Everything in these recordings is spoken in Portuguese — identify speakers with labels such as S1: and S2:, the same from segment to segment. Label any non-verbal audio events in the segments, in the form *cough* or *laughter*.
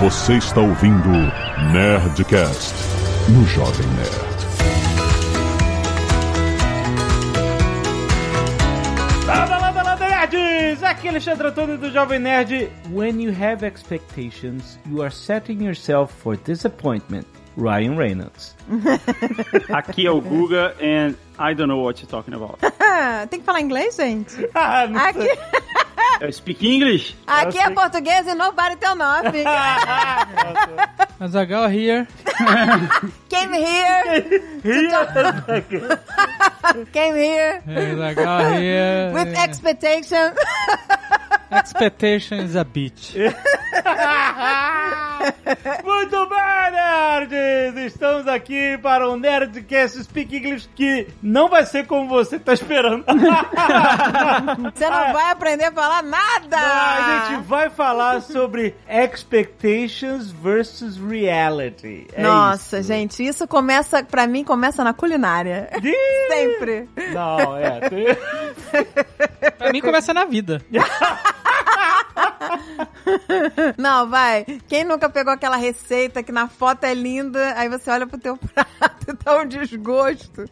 S1: Você está ouvindo Nerdcast no Jovem Nerd.
S2: Landa, landa, landa, nerds! Aqui é Alexandre Antônio do Jovem Nerd. When you have expectations, you are setting yourself for disappointment. Ryan Reynolds.
S3: Aqui é o Guga and I don't know what you're talking about.
S4: Tem que falar inglês,
S2: *laughs*
S4: gente?
S2: Ah, não
S4: Aqui,
S2: sei.
S3: Eu speak English?
S4: aqui
S2: Assim.
S4: é português e nobody
S2: *laughs*
S4: tell nothing.
S2: Ah,
S5: Azagal here.
S4: *laughs* Came here, came here
S5: Azagal here.
S4: with expectation.
S5: Expectation is a bitch.
S2: Muito bem, nerds! Estamos aqui para o Nerdcast Speak English que não vai ser como você tá
S4: *laughs*
S2: esperando.
S4: Você não vai aprender a falar nada.
S2: Ah. A gente vai falar sobre expectations versus reality. É
S4: Nossa, gente, isso começa, pra mim, começa na culinária.
S2: *laughs* isso.
S4: Sempre.
S2: Não, é. tem-
S5: Pra mim começa
S2: *laughs*
S5: na vida.
S4: Não, vai. Quem nunca pegou aquela receita que na foto é linda, aí você olha pro teu *laughs* prato e dá um desgosto.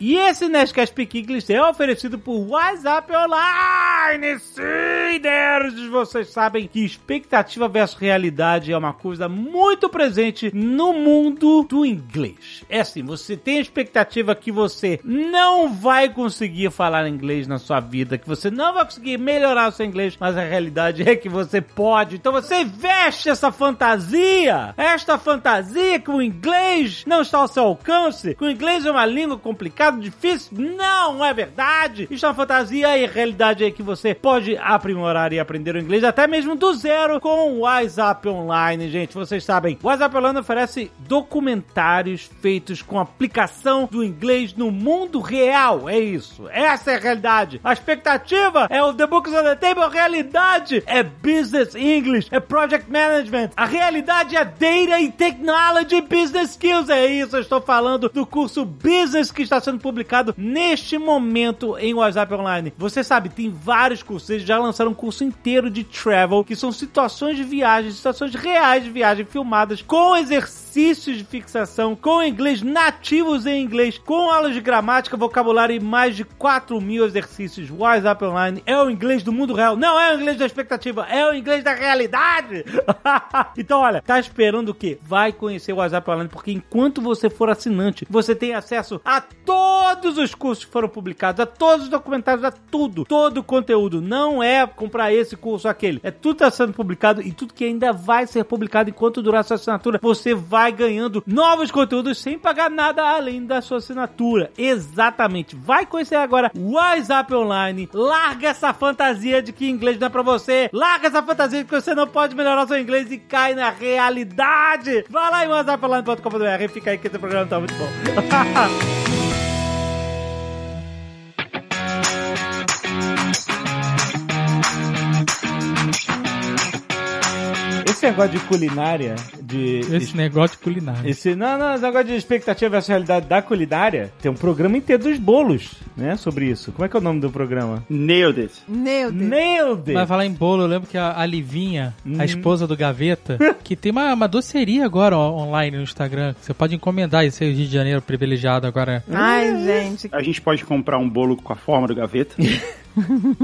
S2: E esse Nerdcast Speak English é oferecido por WhatsApp Online. Sim, nerds, vocês sabem que expectativa versus realidade é uma coisa muito presente no mundo do inglês. É assim, você tem a expectativa que você não vai conseguir falar inglês na sua vida, que você não vai conseguir melhorar o seu inglês, mas a realidade é que você pode. Então você veste essa fantasia, esta fantasia que o inglês não está ao seu alcance, que o inglês é uma língua complicada, difícil. Não é verdade! Isso é uma fantasia e a realidade é que você pode aprimorar e aprender o inglês até mesmo do zero com o WhatsApp Online, gente. Vocês sabem, o WhatsApp Online oferece documentários feitos com aplicação do inglês no mundo real. É isso. Essa é a realidade. A expectativa é o The Books on the Table. A realidade é Business English, é Project Management. A realidade é Data e Technology Business Skills. É isso. Eu estou falando do curso Business que está sendo publicado neste momento em WhatsApp Online. Você sabe, tem vários cursos. Eles já lançaram um curso inteiro de travel, que são situações de viagem, situações reais de viagem filmadas com exercícios de fixação, com inglês nativos em inglês, com aulas de gramática, vocabulário e mais de 4 mil exercícios. WhatsApp Online é o inglês do mundo real. Não é o inglês da expectativa, é o inglês da realidade. *laughs* então, olha, tá esperando o quê? Vai conhecer o WhatsApp Online, porque enquanto você for assinante, você tem acesso a todos os cursos que foram publicados, a todos os documentários, a tudo, todo o conteúdo. Não é comprar esse curso ou aquele. É tudo que tá sendo publicado e tudo que ainda vai ser publicado enquanto durar a sua assinatura. Você vai ganhando novos conteúdos sem pagar nada além da sua assinatura. Exatamente. Vai conhecer agora o WhatsApp Online. Larga essa fantasia de que inglês não é pra você. Larga essa fantasia de que você não pode melhorar seu inglês e cai na realidade. Vai lá em whatsapponline.com.br e fica aí que esse programa tá muito bom. Esse negócio de culinária, de
S5: Esse negócio de culinária.
S2: esse, não, não, esse negócio de expectativa versus realidade da culinária, tem um programa inteiro dos bolos, né, sobre isso. Como é que é o nome do programa?
S3: Nailed it.
S4: Meu Deus.
S2: Nailed! it!
S5: Vai falar em bolo, eu lembro que a, a Livinha,
S2: Uhum.
S5: a esposa
S2: *laughs*
S5: do Gaveta, que tem uma, uma doceria agora ó, online no Instagram. Você pode encomendar esse Rio de Janeiro privilegiado agora.
S4: Ai, gente.
S3: A gente pode comprar um bolo com a forma do gaveta.
S2: Uhum.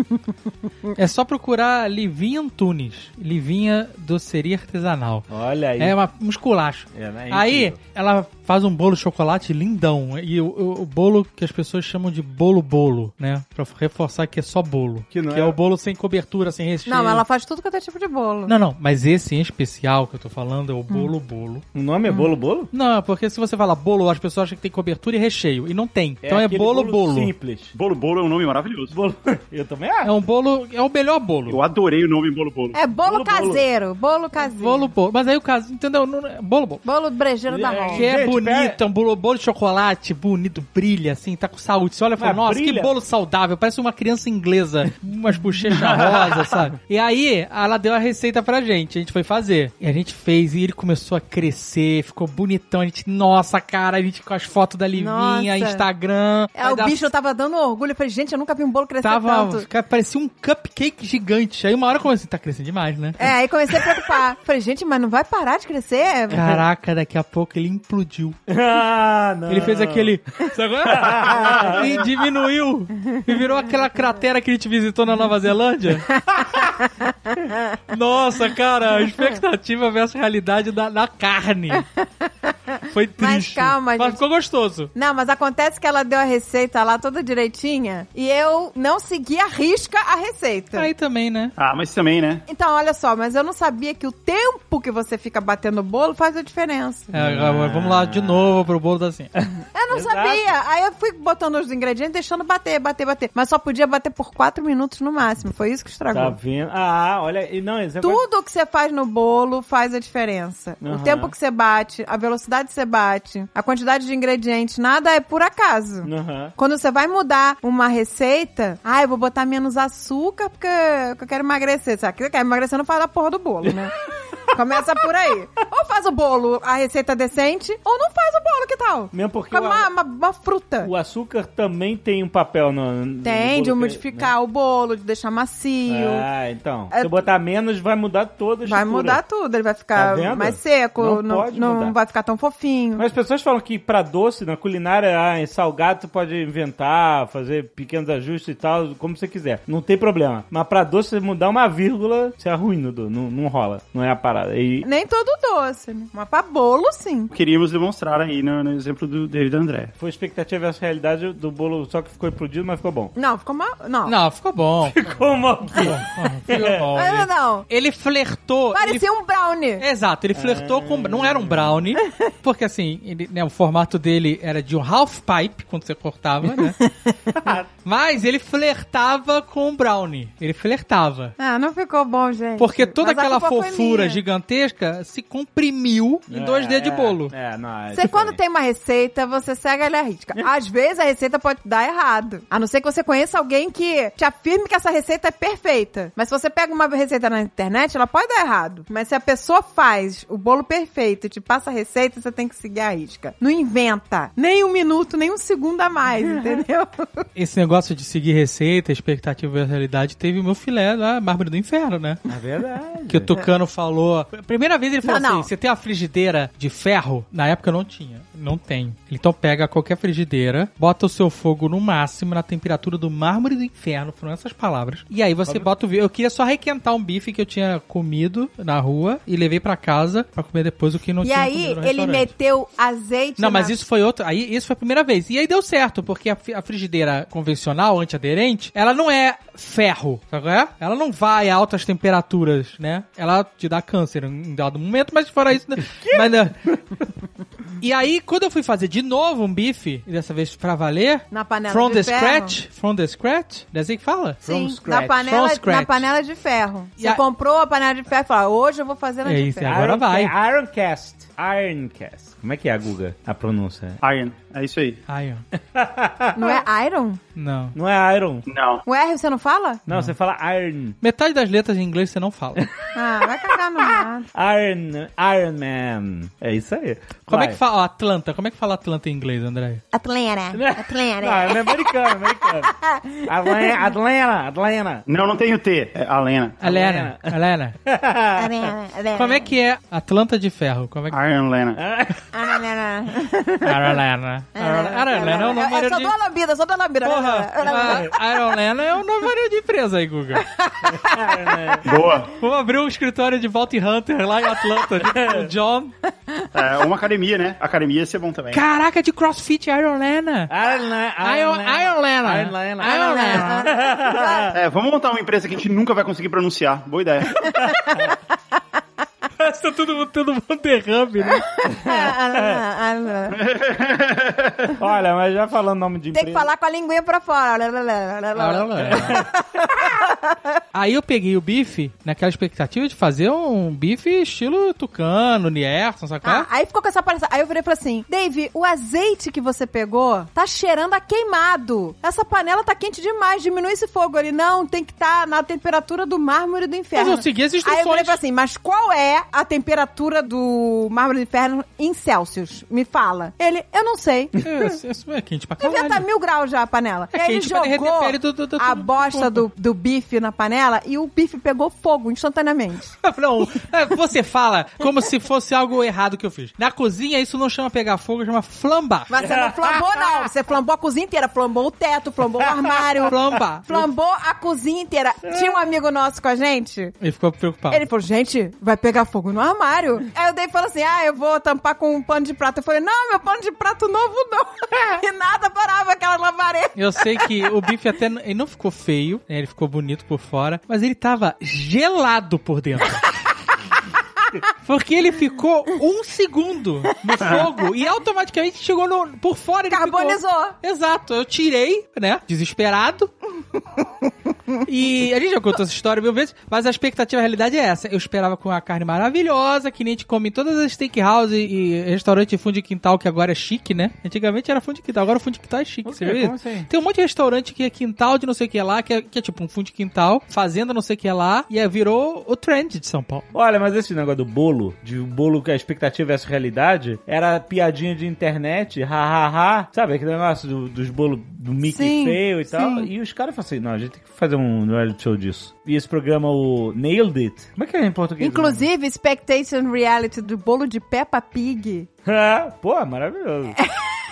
S5: É só procurar Livinha Antunes. Livinha Doceria Artesanal.
S2: Olha aí.
S5: É uma, um esculacho.
S2: É, né? É
S5: Aí
S2: incrível.
S5: ela faz um bolo de chocolate lindão. E o, o- o bolo que as pessoas chamam de bolo-bolo, né? Pra reforçar que é só bolo.
S2: Que não
S5: é...
S2: é-
S5: o bolo sem cobertura, sem recheio.
S4: Não, ela faz tudo quanto é tipo de bolo.
S5: Não, não, mas esse em especial que eu tô falando é o bolo-bolo.
S2: O nome é Bolo Bolo?
S5: Não, é porque se você falar bolo, as pessoas acham que tem cobertura e recheio. E não tem. então é
S2: aquele
S5: bolo-bolo.
S2: Simples.
S3: Bolo Bolo é um nome maravilhoso.
S2: Bolo... Eu também
S5: É
S2: acho. *laughs*
S5: um bolo, é o melhor bolo.
S3: Eu adorei o nome Bolo Bolo.
S4: É bolo,
S2: Bolo, bolo.
S4: caseiro, bolo caseiro.
S5: Bolo-bolo. Mas aí o caso, entendeu? Não- é, Bolo-bolo.
S4: Bolo brejeiro da
S2: É.
S4: roça.
S5: Que é
S2: Gente,
S5: bonita, um bolo, bolo de chocolate bonito, brilha, assim, tá com saúde. Você olha e fala,
S4: Ah,
S2: Mas
S5: nossa, que
S2: brilha?
S5: bolo saudável, parece uma criança inglesa, umas bochechas rosas, sabe? E aí, ela deu a receita pra gente, a gente foi fazer. E a gente fez, e ele começou a crescer, ficou bonitão, a gente, nossa, cara, a gente com as fotos da Livinha,
S4: Nossa.
S5: Instagram.
S4: É,
S5: vai
S4: o
S5: dar
S4: bicho tava dando orgulho. Eu falei, gente, eu nunca vi um bolo crescer
S5: Tava,
S4: tanto.
S5: cara, parecia um cupcake gigante. Aí uma hora eu comecei, tá crescendo demais, né?
S4: É, aí comecei a *laughs* preocupar. Falei, gente, mas não vai parar de crescer?
S5: Caraca, daqui a pouco ele implodiu.
S2: Ah, não.
S5: Ele fez aquele. Sabe qual
S4: *laughs*
S5: é? e diminuiu. E virou aquela cratera que a gente visitou na Nova
S4: *laughs*
S5: Zelândia. Nossa, cara, expectativa versus realidade da, na carne. Foi
S4: Mas
S5: triste.
S4: calma,
S5: Mas
S4: gente.
S5: ficou gostoso.
S4: Não, mas acontece que ela deu a receita lá toda direitinha e eu não segui a risca a receita.
S5: Aí também, né?
S3: Ah, mas também, né?
S4: Então, olha só, mas eu não sabia que o tempo que você fica batendo o bolo faz a diferença.
S5: É, agora vamos lá de novo pro bolo da assim.
S4: Eu não
S2: Exato.
S4: sabia. Aí eu fui botando os ingredientes, deixando bater, bater, bater. Mas só podia bater por quatro minutos no máximo. Foi isso que
S2: Tá
S4: estragou.
S2: vendo? Ah, olha. E não, esse é
S4: Tudo que você faz no bolo faz a diferença. O
S2: Aham.
S4: tempo que você bate, a velocidade que você bate, a quantidade de ingredientes, nada é por acaso.
S2: Aham.
S4: Quando você vai mudar uma receita, ah, eu vou botar menos açúcar porque eu quero emagrecer. Sabe? Que Você quer emagrecer, não faz a porra do
S2: *laughs*
S4: bolo, né? Começa por aí. Ou faz o bolo, a receita decente, ou não faz o bolo, que tal?
S2: Mesmo porque
S4: Com
S2: o,
S4: uma, uma, uma fruta.
S2: o açúcar também tem um papel no. no
S4: Tem,
S2: Hum, bolo
S4: de
S2: que- é, né?
S4: modificar o bolo, de deixar macio.
S2: Ah, então.
S4: É-
S2: Se eu botar menos, vai mudar toda a
S4: Vai
S2: estrutura.
S4: mudar tudo, ele vai ficar
S2: Tá vendo?
S4: mais seco, não,
S2: Não
S4: não,
S2: pode mudar.
S4: vai ficar tão fofinho.
S2: Mas as pessoas falam que pra doce, na culinária, ah, em salgado tu pode inventar, fazer pequenos ajustes e tal, como você quiser. Não tem problema. Mas pra doce, você mudar uma vírgula, você arruina, Dudu. não, não rola. Não é a parada. E
S4: Nem todo doce, né? Mas pra bolo, sim.
S3: Queríamos demonstrar aí no, no exemplo do David André.
S2: foi expectativa versus realidade do bolo, só que ficou implodido, mas ficou
S4: *laughs*
S2: bom.
S4: Não, ficou mal. Não.
S5: Não, ficou bom. Ficou
S2: Como?
S5: assim? bom. Ficou bom.
S4: Ah, *laughs* não.
S5: Ele flertou. ele
S4: Parecia um brownie.
S5: Exato, ele flertou com. Não era
S4: *laughs*
S5: um brownie, porque assim, ele, né, o formato dele era de um half pipe, quando você cortava,
S4: *laughs*
S5: né? Mas ele flertava com o brownie. Ele flertava.
S4: Ah, não ficou bom, gente.
S5: Porque toda
S4: Mas a
S5: aquela
S4: culpa foi
S5: fofura
S4: minha.
S5: gigantesca se comprimiu em dois
S2: É,
S5: dedos de bolo.
S2: É, não, é
S4: Você, quando
S2: diferente.
S4: tem uma receita, você segue ela à
S5: *laughs*
S4: risca. Às vezes a receita pode dar errado. A não ser que você conheça alguém que te afirme que essa receita é perfeita. Mas se você pega uma receita na internet, ela pode dar errado. Mas se a pessoa faz o bolo perfeito e te passa a receita, você tem que seguir a risca. Não inventa. Nem um minuto, nem um segundo a
S5: *laughs*
S4: mais, entendeu?
S5: Esse negócio de seguir receita, expectativa e realidade, teve o meu filé lá, Mármore do Inferno, né?
S2: É verdade.
S5: Que o Tucano falou. A primeira vez ele falou
S4: Não,
S5: assim:
S4: não.
S5: você tem uma frigideira de ferro? Na época eu não tinha. Não tem. Então pega qualquer frigideira, bota o seu fogo no máximo, na temperatura do mármore do inferno, foram essas palavras. E aí você bota o. vi- Eu queria só requentar um bife que eu tinha comido na rua e levei pra casa pra comer depois o que não
S4: e
S5: tinha.
S4: aí,
S5: comido no
S4: ele
S5: restaurante.
S4: meteu azeite
S5: Não,
S4: na-
S5: mas isso foi outra. Aí isso foi a primeira vez. E aí deu certo, porque a, fi- a frigideira convencional, antiaderente, ela não é ferro, sabe qual é? Ela não vai a altas temperaturas, né? Ela te dá câncer em em dado momento, mas fora isso. né?
S4: *laughs*
S5: Mas, né? E aí, quando eu fui fazer de novo um bife, e dessa vez pra valer,
S4: Na panela
S5: from
S4: de
S5: the
S4: ferro.
S5: scratch, from the scratch, não é assim que fala?
S4: Sim,
S2: scratch.
S4: na panela,
S5: From
S4: na
S5: scratch.
S4: panela de ferro.
S5: E
S4: Você
S5: a-
S4: comprou a panela de ferro e falou, "Ah, hoje eu vou fazer na
S5: É
S4: de
S5: isso,
S4: ferro.
S5: Agora
S2: Iron
S5: vai.
S2: Ca- Ironcast. Ironcast. Como é que é, Guga? A pronúncia.
S3: Iron, é isso aí.
S5: Ai, ó.
S4: Não é iron? *laughs*
S5: Não.
S2: Não é Iron.
S3: Não.
S4: O R você não fala?
S2: Não, você fala Iron.
S5: Metade das letras em inglês você
S4: *laughs*
S5: não fala.
S4: Ah, vai cagar no mato.
S2: Iron, Iron Man. É isso aí.
S5: Como
S2: Vai.
S5: é que fala ó, Atlanta? Como é que fala Atlanta em inglês, André?
S4: Atlanta,
S2: Ah,
S4: Atlanta.
S2: é americano, americano. Atlanta, Atlanta, Atlanta.
S3: Não, não tem o T. É Alena.
S5: Helena, Helena. Como é que é Atlanta de Ferro? Como é que
S3: Iron Lena.
S5: *laughs* Aralena. Aralena é o nome
S4: Eu
S5: maneiro
S4: só
S5: de...
S4: dou a lambida, só dou a lambida.
S5: Porra, a Aralena é o nome maneiro de empresa aí, Guga.
S3: Boa.
S5: Vamos abrir um escritório de Vault Hunter lá em Atlanta. O *laughs* John.
S3: É, uma academia, né? Academia ia ser bom também.
S5: Caraca, de crossfit, Aralena.
S2: Iron- Iron-
S5: Aralena.
S2: Aralena.
S5: Aralena.
S3: É, vamos montar uma empresa que a gente nunca vai conseguir pronunciar. Boa ideia.
S5: *laughs* tá todo mundo tendo um derrame, né?
S2: Olha, mas já falando nome de
S4: *laughs* Tem
S2: empresa.
S4: que falar com a linguinha pra fora.
S5: *laughs* Aí eu peguei o bife naquela expectativa de fazer um bife estilo tucano, Nierson, é? sacou?
S4: Ah, aí ficou com essa palhaçada. Aí eu virei e falei assim: Dave, o azeite que você pegou tá cheirando a queimado. Essa panela tá quente demais, diminui esse fogo. Ele, não, tem que estar na temperatura do mármore do inferno.
S5: Mas eu segui as
S4: Aí eu virei e
S5: instruções.
S4: falei assim: mas qual é a temperatura do mármore do inferno em Celsius? Me fala. Ele, eu não
S5: *laughs*
S4: sei.
S5: É, Isso isso é quente pra
S4: Devia estar
S5: caralho.
S4: mil graus já a panela.
S5: É
S4: e aí ele
S5: quente pra derreter
S4: jogou
S5: a pele do- do- do-
S4: a
S5: do
S4: bosta do,
S5: corpo.
S4: do bife na panela e o bife pegou fogo instantaneamente.
S5: Não, é, você fala como se fosse algo errado que eu fiz. Na cozinha, isso não chama pegar fogo, chama flambar.
S4: Mas você não flambou, não. Você flambou a cozinha inteira. Flambou o teto, flambou o
S2: *laughs*
S4: armário.
S5: Flambar.
S4: Flambou a cozinha inteira. Tinha um amigo nosso com a gente.
S5: Ele ficou preocupado.
S4: Ele falou, gente, vai pegar fogo no armário. Aí eu dei e falei assim: ah, eu vou tampar com um pano de prato. Eu falei, não, meu pano de prato novo não.
S2: *laughs*
S4: e nada parava aquela labareda.
S5: Eu sei que o bife até n- ele não ficou feio, né? ele ficou bonito por fora, mas ele tava gelado por dentro. Porque ele ficou um segundo
S4: *laughs*
S5: no fogo e automaticamente chegou no. Por fora ele ficou-
S4: Carbonizou.
S5: Exato, eu tirei, né?
S2: *laughs*
S5: Desesperado. E a gente já contou essa história mil vezes, mas a expectativa, a realidade é essa. Eu esperava com a carne maravilhosa, que nem a gente come em todas as steakhouse e restaurante fundo de quintal, que agora é chique, né? Antigamente era fundo de quintal, agora o fundo de quintal é chique.
S2: Por
S5: Você
S2: quê?
S5: viu
S2: Como
S5: isso?
S2: assim?
S5: Tem um monte de restaurante que é quintal de não sei o que lá, que é, que é tipo um fundo de quintal, fazenda não sei o que lá, e aí virou o trend de São Paulo.
S2: Olha, mas esse negócio do bolo, de um bolo que a expectativa é essa realidade, era piadinha de internet, ha, ha, ha. Sabe aquele negócio do- dos bolos do Mickey
S4: Sim,
S2: feio e tal?
S4: sim.
S2: E os caras falam assim, não, a gente tem que fazer um reality show disso. E esse programa, o Nailed It, como é que é em português?
S4: Inclusive, Expectation Reality do bolo de Peppa Pig *laughs*
S2: É, *laughs* Pô,
S5: *laughs*
S2: maravilhoso.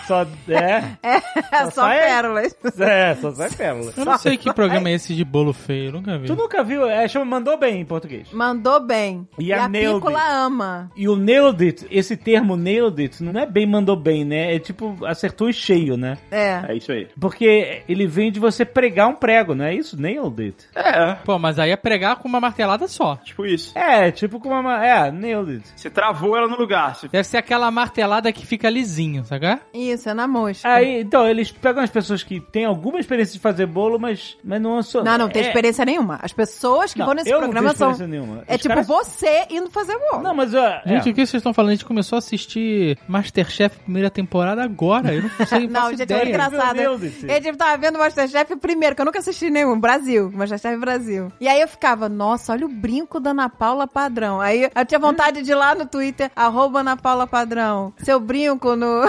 S2: Só, é,
S4: é,
S2: Só
S4: só
S2: sai-
S4: pérolas.
S2: é, só sai pérola.
S5: Eu não sei que programa é esse de bolo feio, nunca vi.
S2: Tu nunca viu? É, chama Mandou Bem em português.
S4: Mandou bem.
S2: E
S4: E,
S2: a
S4: a,
S2: Nailed.
S4: pícola ama.
S2: E o nailed it, esse termo nailed it, não é bem mandou bem, né? É tipo, acertou em cheio, né?
S4: É.
S3: É isso aí.
S2: Porque ele vem de você pregar um prego, não é isso? Nailed it.
S3: É,
S5: Pô, mas aí é pregar com uma martelada só.
S3: tipo isso.
S2: É, tipo com uma... ma- É, nailed it.
S3: Você travou ela no lugar. Você...
S5: Deve ser aquela martelada que fica lisinho, saca?
S4: Isso, é na mosca.
S2: Aí, então, eles pegam as pessoas que têm alguma experiência de fazer bolo, mas, mas não são...
S4: Não, não tem
S2: é-
S4: experiência nenhuma. As pessoas que
S2: Não,
S4: vão nesse
S2: eu não
S4: programa
S2: tenho
S4: são.
S2: experiência nenhuma.
S4: É
S2: Os
S4: tipo
S2: caras-
S4: você indo fazer bolo.
S2: Não, mas... ó, é.
S5: Gente, o que vocês estão falando? A gente começou a assistir Masterchef primeira temporada agora. Eu
S4: *laughs*
S5: não sei, não
S4: Não,
S5: faço
S4: gente, é
S5: ideia.
S4: engraçado.
S2: Meu Deus do céu.
S4: Eu tipo, tava vendo Masterchef primeiro, que eu nunca assisti nenhum, Brasil, Masterchef Brasil. E aí eu ficava, nossa, olha o brinco da Ana Paula Padrão. Aí eu tinha vontade de ir lá no Twitter, arroba Ana Paula Padrão. Seu brinco
S2: *laughs*
S4: no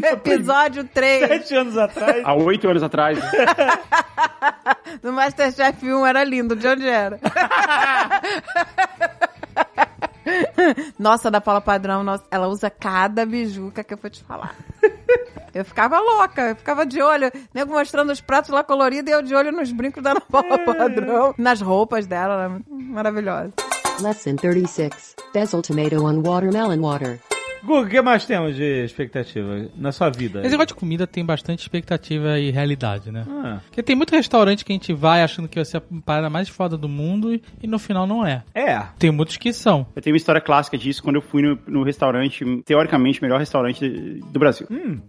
S4: episódio 3
S2: Sete anos atrás... *laughs*
S3: Há oito anos atrás.
S4: do Masterchef 1 era lindo, de onde era? *laughs* Nossa, Ana Paula Padrão, nossa, ela usa cada bijuca que eu vou te falar. Eu ficava louca, eu ficava de olho, nego mostrando os pratos lá coloridos e eu de olho nos brincos da Ana *laughs* Paula Padrão, nas roupas dela, ela é maravilhosa.
S6: Lesson 36 Basil Tomato on Watermelon Water.
S2: Guga, o que mais temos de expectativa na sua vida?
S5: Esse negócio de comida tem bastante expectativa e realidade, né?
S2: Ah,
S5: Porque tem muito restaurante que a gente vai achando que vai ser a parada mais foda do mundo e, e no final não é.
S2: é.
S5: Tem muitos que são.
S3: Eu tenho uma história clássica disso quando eu fui no, no restaurante, teoricamente, o melhor restaurante do Brasil.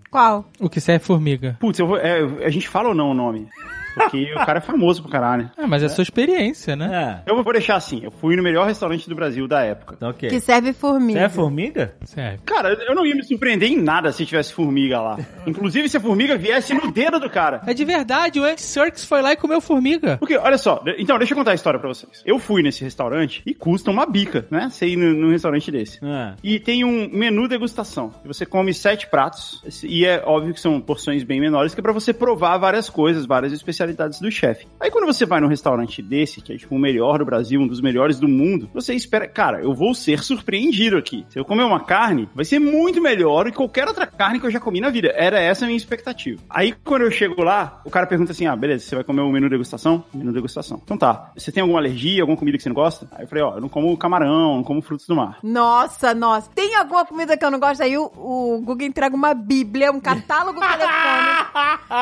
S4: Qual?
S5: O que serve formiga.
S3: Putz, eu vou, é, a gente fala ou não o nome? Porque o cara é famoso pro caralho. né?
S5: Ah, mas é sua experiência, né?
S2: É.
S3: Eu vou deixar assim, eu fui no melhor restaurante do Brasil da época.
S2: Tá ok.
S4: Que serve
S2: Você é
S4: formiga.
S2: formiga?
S5: Serve.
S3: Cara, eu não ia me surpreender em nada se tivesse formiga lá. Inclusive se a formiga viesse no dedo do cara.
S5: É de verdade, o Andy Serkis foi lá e comeu formiga.
S3: Porque, olha só, de- então deixa eu contar a história pra vocês. Eu fui nesse restaurante e custa uma bica, né? Você ir num num restaurante desse.
S2: Ah.
S3: E tem um menu degustação. Você come sete pratos, e é óbvio que são porções bem menores, que é pra você provar várias coisas, várias especialidades do chefe. Aí quando você vai num restaurante desse, que é tipo o melhor do Brasil, um dos melhores do mundo, você espera, cara, eu vou ser surpreendido aqui. Se eu comer uma carne, vai ser muito melhor do que qualquer outra carne que eu já comi na vida. Era essa a minha expectativa. Aí quando eu chego lá, o cara pergunta assim: ah, beleza, você vai comer o menu degustação? Menu degustação. Então tá, você tem alguma alergia, alguma comida que você não gosta? Aí eu falei: ó, eu não como camarão, não como frutos do mar.
S4: Nossa, nossa. Tem alguma comida que eu não gosto? Aí o, o Guga entrega uma bíblia, um catálogo *laughs* telefônico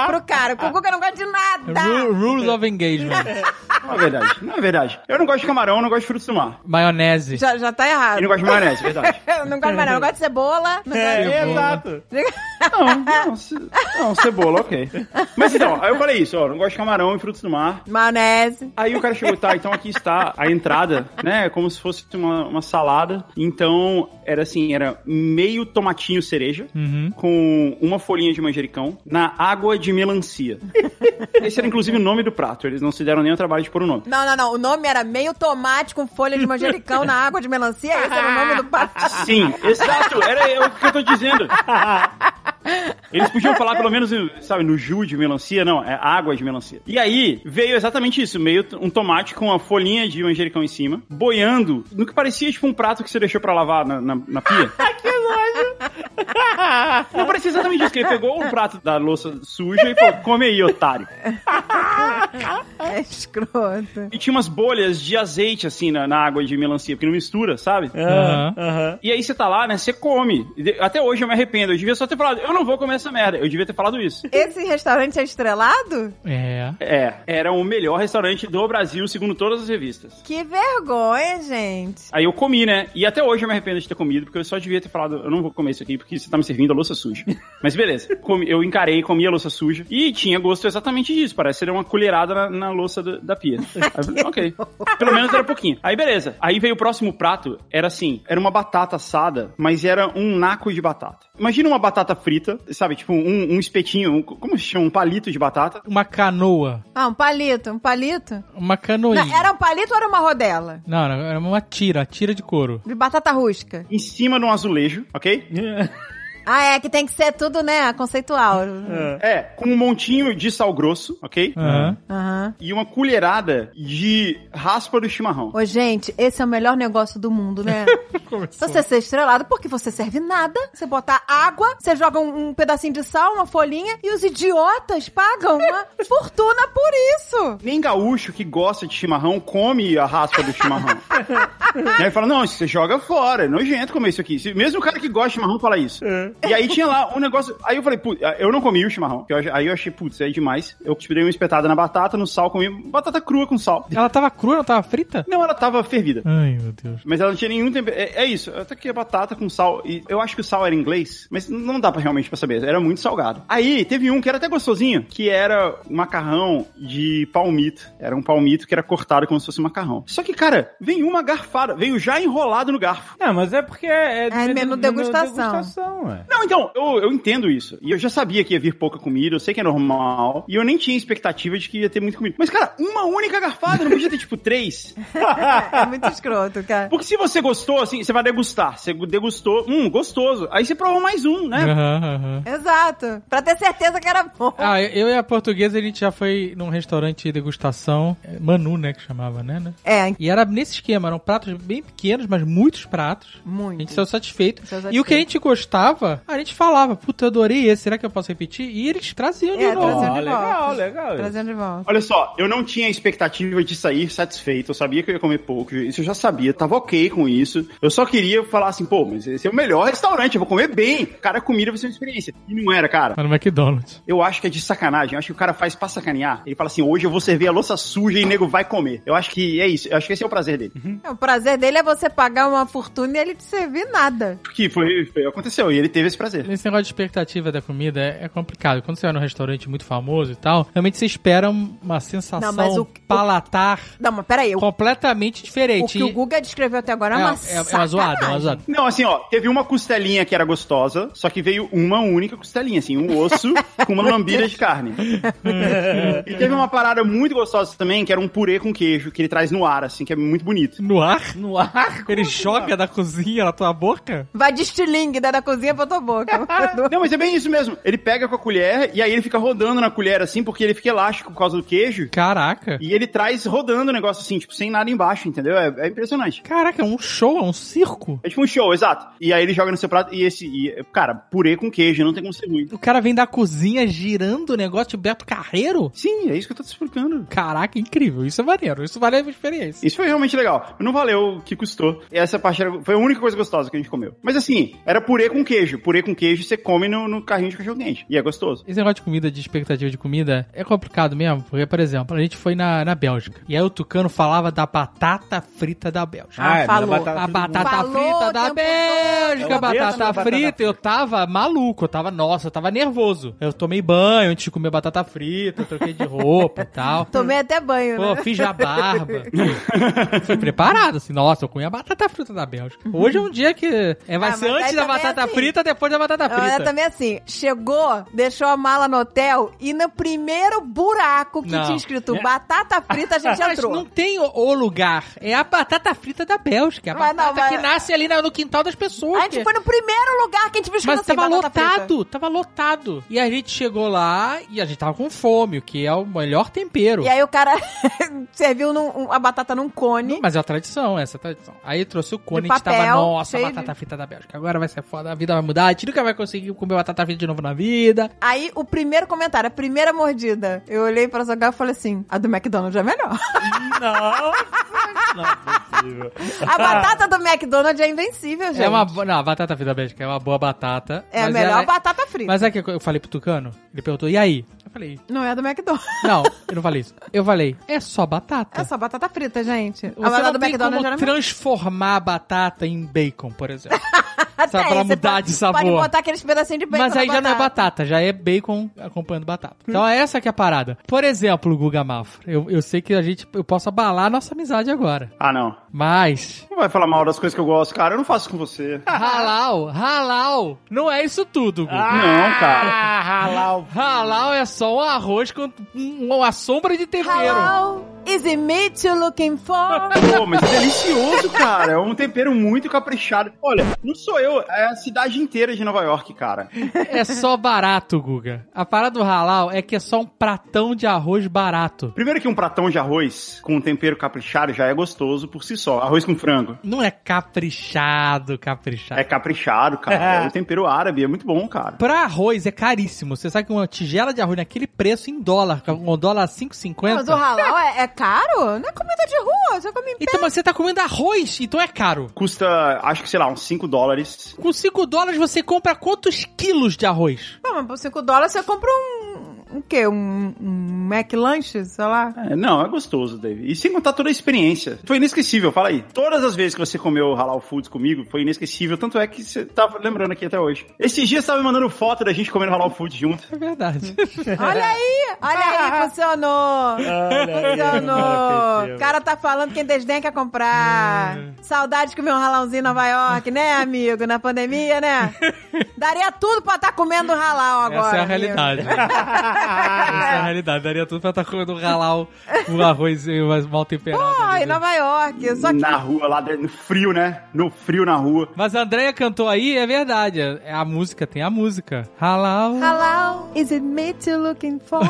S4: pro cara. porque O Guga não gosta de nada. *laughs*
S5: Ru- Rules of Engagement.
S3: Não é verdade, não é verdade. Eu não gosto de camarão, não gosto de frutos do mar.
S5: Maionese.
S4: Já, já tá errado.
S3: E não gosto de maionese, é verdade.
S4: Eu *laughs* não gosto mais, não. Eu gosto de cebola. Não gosto...
S2: É,
S5: Cebola.
S2: exato.
S3: Não, não, ce- não, cebola, ok. Mas então, aí eu falei isso, ó, não gosto de camarão e frutos do mar.
S4: Maionese.
S3: Aí o cara chegou, tá, então aqui está a entrada, né? Como se fosse uma, uma salada. Então, era assim, era meio tomatinho cereja com uma folhinha de manjericão na água de melancia. Esse era, inclusive, o nome do prato. Eles não se deram nem o trabalho de pôr o nome.
S4: Não, não, não. O nome era meio tomate com folha de manjericão na água de melancia. Esse era o nome do
S3: *laughs*
S4: prato.
S3: Sim, exato, era é o que eu tô dizendo. Eles podiam falar pelo menos, sabe, no jus de melancia, não, é água de melancia. E aí veio exatamente isso, meio t- um tomate com uma folhinha de manjericão em cima, boiando no que parecia tipo um prato que você deixou pra lavar na, na, na pia. que nojo! Não parecia exatamente isso, que ele pegou o prato da louça suja e falou, come aí, otário.
S4: É escroto.
S3: E tinha umas bolhas de azeite, assim, na, na água de melancia, porque não mistura, sabe?
S2: Aham,
S5: Aham.
S2: aham.
S3: E aí você tá lá, né? Você come. E de- Até hoje eu me arrependo. Eu devia só ter falado, eu não vou comer essa merda. Eu devia ter falado isso.
S4: Esse restaurante é estrelado?
S5: É.
S3: É, era o melhor restaurante do Brasil, segundo todas as revistas.
S4: Que vergonha, gente.
S3: Aí eu comi, né? E até hoje eu me arrependo de ter comido, porque eu só devia ter falado, eu não vou comer isso aqui, porque você tá me servindo a louça suja. Mas beleza. Comi- eu encarei, comi a louça suja. E tinha gosto exatamente disso. Parece ser uma colherada na, na louça do- da pia. Aí eu falei, ok. Pelo menos era pouquinho. Aí beleza. Aí veio o próximo prato, era assim, era uma batata assada, mas era um naco de batata. Imagina uma batata frita, sabe? Tipo um, um espetinho, um- como se chama? Um palito de batata.
S5: Uma canoa.
S4: Ah, um palito, um palito.
S5: Uma canoinha.
S4: Não, era um palito ou era uma rodela?
S5: Não, não, era uma tira, tira de couro.
S4: De batata rústica.
S3: Em cima de um azulejo, ok?
S4: Ah, é, que tem que ser tudo, né, conceitual.
S3: É, com um montinho de sal grosso, ok?
S5: Aham.
S4: Aham.
S3: E uma colherada de raspa do chimarrão.
S4: Ô, gente, esse é o melhor negócio do mundo, né?
S5: *laughs*
S4: Se você ser estrelado, porque você serve nada. Você bota água, você joga um, um pedacinho de sal, uma folhinha, e os idiotas pagam uma
S5: *laughs*
S4: fortuna por isso.
S3: Nem gaúcho que gosta de chimarrão come a raspa do chimarrão. e aí fala, não, isso você joga fora, é nojento comer isso aqui. Se- Mesmo o cara que gosta de chimarrão fala isso. E aí tinha lá um negócio, aí eu falei, putz, eu não comi o chimarrão. que eu ach- Aí eu achei, putz, é demais. Eu tirei uma espetada na batata, no sal, comi batata crua com sal.
S5: Ela tava crua, não tava frita?
S3: Não, ela tava fervida.
S5: Ai, meu Deus.
S3: Mas ela não tinha nenhum tempero. É, é isso. Até que a batata com sal. E eu acho que o sal era inglês, mas não dá pra realmente pra saber. Era muito salgado. Aí teve um que era até gostosinho, que era um macarrão de palmito. Era um palmito que era cortado como se fosse um macarrão. Só que, cara, veio uma garfada, veio já enrolado no garfo.
S2: Não, mas é porque é,
S4: menu degustação.
S2: degustação, é. ué.
S3: Não, então, eu, eu entendo isso. E eu já sabia que ia vir pouca comida, eu sei que é normal. E eu nem tinha expectativa de que ia ter muita comida. Mas, cara, uma única garfada, não podia ter tipo três.
S4: É muito escroto, cara.
S3: Porque se você gostou, assim, você vai degustar. Você degustou, hum, gostoso. Aí você provou mais um, né?
S5: Aham, aham.
S4: Exato. Pra ter certeza que era bom.
S5: Ah, eu e a portuguesa, a gente já foi num restaurante de degustação, é, Manu, né, que chamava, né, né?
S4: É,
S5: E era nesse esquema, eram pratos bem pequenos, mas muitos pratos. A gente
S4: muito.
S5: saiu satisfeito.
S4: Saiu satisfeito.
S5: E o que a gente gostava, a gente falava, puta, eu adorei esse, será que eu posso repetir? E eles traziam de Ah,
S4: É,
S5: novo.
S4: traziam
S2: Ó,
S4: de volta.
S2: Ah, legal, legal.
S4: Trazendo de volta.
S3: Olha só, eu não tinha expectativa de sair satisfeito, eu sabia que eu ia comer pouco, isso eu já sabia, tava ok com isso. Eu só queria falar assim, pô, mas esse é o melhor restaurante, eu vou comer bem. Cara, comida vai ser uma experiência. E não era, cara.
S5: Era no McDonald's.
S3: Eu acho que é de sacanagem, eu acho que o cara faz pra sacanear. Ele fala assim, hoje eu vou servir a louça suja e o nego vai comer. Eu acho que é isso, eu acho que esse é o prazer dele.
S4: O prazer dele é você pagar uma fortuna e ele te servir nada.
S3: Que foi, foi- aconteceu, e ele teve esse prazer.
S5: Esse negócio de expectativa da comida é, é complicado. Quando você vai num restaurante muito famoso e tal, realmente você espera um, uma sensação
S4: Não, mas o-
S5: palatar
S4: Não, mas peraí. O,
S5: completamente diferente.
S4: o que o Guga descreveu até agora é
S5: é,
S4: uma
S5: é, é uma zoada, é uma
S4: sacanagem.
S5: zoada.
S3: Não, assim, ó, teve uma costelinha que era gostosa, só que veio uma única costelinha, assim, um osso com uma lambida de carne. e teve uma parada muito gostosa também, que era um purê com queijo, que ele traz no ar, assim, que é muito bonito.
S5: No ar?
S2: No ar?
S5: *laughs*
S2: assim,
S5: Ele joga da cozinha na tua boca?
S4: Vai de estilingue né, da, da cozinha pra tua boca.
S5: *laughs*
S3: Não, mas é bem isso mesmo. Ele pega com a colher e aí ele fica rodando na colher, assim, porque ele fica elástico por causa do queijo.
S5: Caraca.
S3: E ele traz rodando o negócio assim, tipo, sem nada embaixo, entendeu? É, é impressionante.
S5: Caraca, é um show, é um circo.
S3: É tipo um show, exato. E aí ele joga no seu prato e esse. e, cara, purê com queijo, não tem como ser ruim.
S5: O cara vem da cozinha girando o negócio de Beto Carreiro?
S3: Sim, é isso que eu tô te explicando.
S5: Caraca, incrível. Isso é maneiro. Isso vale a experiência.
S3: Isso foi realmente legal. Não valeu o que custou. E essa parte era- foi a única coisa gostosa que a gente comeu. Mas assim, era purê com queijo. Purê com queijo você come no, no carrinho de cachorro-quente. E é gostoso.
S5: Esse negócio de comida, de expectativa de comida, é complicado mesmo, porque, por exemplo, a gente foi na, na Bélgica. E aí o Tucano falava da batata frita da Bélgica.
S2: Ah, mas
S4: falou.
S2: batata
S5: A
S2: frita-
S5: batata
S4: Falou
S5: frita
S4: o
S5: da
S4: tempo
S5: Bélgica,
S2: todo.
S5: a batata,
S2: Batata
S5: frita, eu tava maluco, eu tava, nossa, eu tava nervoso. Eu tomei banho antes de comer batata frita, eu troquei de roupa e tal.
S4: *laughs* Tomei até banho,
S5: Pô,
S4: né?
S5: fiz a barba. Fui preparado, assim, nossa, eu comi a batata frita da Bélgica. Hoje é um dia que é, vai
S4: Ah,
S5: ser
S4: mas
S5: antes
S4: aí
S5: da
S4: também é
S5: batata
S4: assim.
S5: frita, depois da batata frita.
S4: Ela também assim, chegou, deixou a mala no hotel e no primeiro buraco que
S5: Não. É.
S4: tinha escrito batata frita, a
S5: *laughs*
S4: gente
S5: Mas
S4: entrou.
S5: não tem o- o lugar. É a batata frita da Bélgica. A
S4: Mas não,
S5: batata
S4: mas-
S5: que nasce ali na- no quintal das pessoas.
S4: A gente
S5: que-
S4: foi no primeiro lugar que a gente viu escrito
S5: Mas
S4: assim,
S5: tava
S4: batata
S5: lotado,
S4: frita.
S5: tava lotado. E a gente chegou lá e a gente tava com fome, o que é o melhor tempero.
S4: E aí o cara *laughs* serviu num- um- a batata num cone.
S5: Mas é a tradição, essa é a tradição. Aí trouxe o cone
S4: De
S5: e a gente tava,
S4: papel,
S5: nossa,
S4: cheio de-
S5: batata frita da Bélgica. Agora vai ser foda, a vida vai mudar, a gente nunca vai conseguir comer batata frita de novo na vida.
S4: Aí o primeiro comentário, a primeira mordida. Eu olhei pra essa garrafa e falei assim: a do McDonald's é
S5: *laughs*
S4: melhor.
S2: Não, não é possível.
S4: A batata do McDonald's é invencível, gente.
S5: É uma boa. Não, a batata frita da Bélgica é uma boa batata.
S4: É a
S5: mas
S4: melhor
S5: ela é-
S4: batata frita.
S5: Mas é que eu falei pro Tucano, ele perguntou, e aí? Eu falei,
S4: Não é a do McDonald's.
S5: Não, eu não falei isso. Eu falei, é só batata.
S4: É só batata frita, gente.
S5: Você
S4: a batata
S5: não
S4: do
S5: tem
S4: McDonald's
S5: como
S4: era melhor.
S5: transformar a batata em bacon,
S4: *laughs*
S5: por exemplo.
S4: Até
S5: pra
S4: aí, você
S5: mudar
S4: pode-
S5: de sabor.
S4: Pode botar aqueles pedacinhos de bacon
S5: Mas
S4: na
S5: aí já não é batata, já é bacon acompanhando batata. Então é essa que é a parada. Por exemplo, Guga Mafra, eu, eu sei que a gente, eu posso abalar a nossa amizade agora.
S3: Ah, não.
S4: *laughs*
S5: Mas,
S3: Não vai falar mal das coisas que eu gosto, cara. Eu não faço com você.
S5: halal, halal, não é isso tudo, Guga.
S3: Não, cara.
S5: *laughs*
S2: Ah, ralar o...
S5: Halal é só um arroz com um- uma sombra de tempero.
S4: Hello, is it me you looking for?
S3: Pô, mas é delicioso, cara. É um tempero muito caprichado. Olha, não sou eu, é a cidade inteira de Nova York, cara.
S5: É só barato, Guga. A parada do halal é que é só um pratão de arroz barato.
S3: Primeiro que um pratão de arroz com um tempero caprichado já é gostoso por si só. Arroz com frango.
S5: Não é caprichado, caprichado.
S3: É caprichado, cara. É um tempero árabe, é muito bom, cara.
S5: Pra arroz é caríssimo. Você sabe que uma tigela de arroz naquele preço em dólar, com um dólar a
S4: Mas o
S5: 5,50.
S4: halal é, é caro? Não é comida de rua, você come em pé.
S5: Então mas você tá comendo arroz, então é caro.
S3: Custa, acho que, sei lá, uns 5 dólares.
S5: Com 5 dólares você compra quantos quilos de arroz?
S4: Pô, mas por 5 dólares você compra um... Um quê? Um, um McLanche, sei
S5: *laughs*
S4: lá.
S3: É, não, é gostoso, Dave. E sem contar toda a experiência. Foi inesquecível, fala aí. Todas as vezes que você comeu Halal Foods comigo, foi inesquecível. Tanto é que você tava lembrando aqui até hoje. Esses dias você tava me mandando foto da gente comendo Halal Foods junto.
S5: É verdade.
S4: Hum. Olha aí! Olha
S5: Ah.
S4: aí, funcionou! Funcionou! O cara tá falando que quem desdenha quer comprar.
S5: É.
S4: Saudade de comer um ralãozinho em Nova York, né, amigo? Na pandemia,
S5: *laughs*
S4: né? Daria tudo pra estar comendo ralão agora.
S5: Essa é a
S4: amigo. *laughs*
S5: realidade. Essa é a realidade. Daria tudo pra estar comendo um halal, um arroz e mais mal temperado.
S4: Pô,
S5: ali
S4: em
S5: dentro.
S4: Nova York. Só que
S3: Na rua, lá dentro, no frio, né? No frio na rua.
S5: Mas a Andrea cantou aí, é verdade. É A música tem a música. Halal.
S4: Halal, is it me you looking for?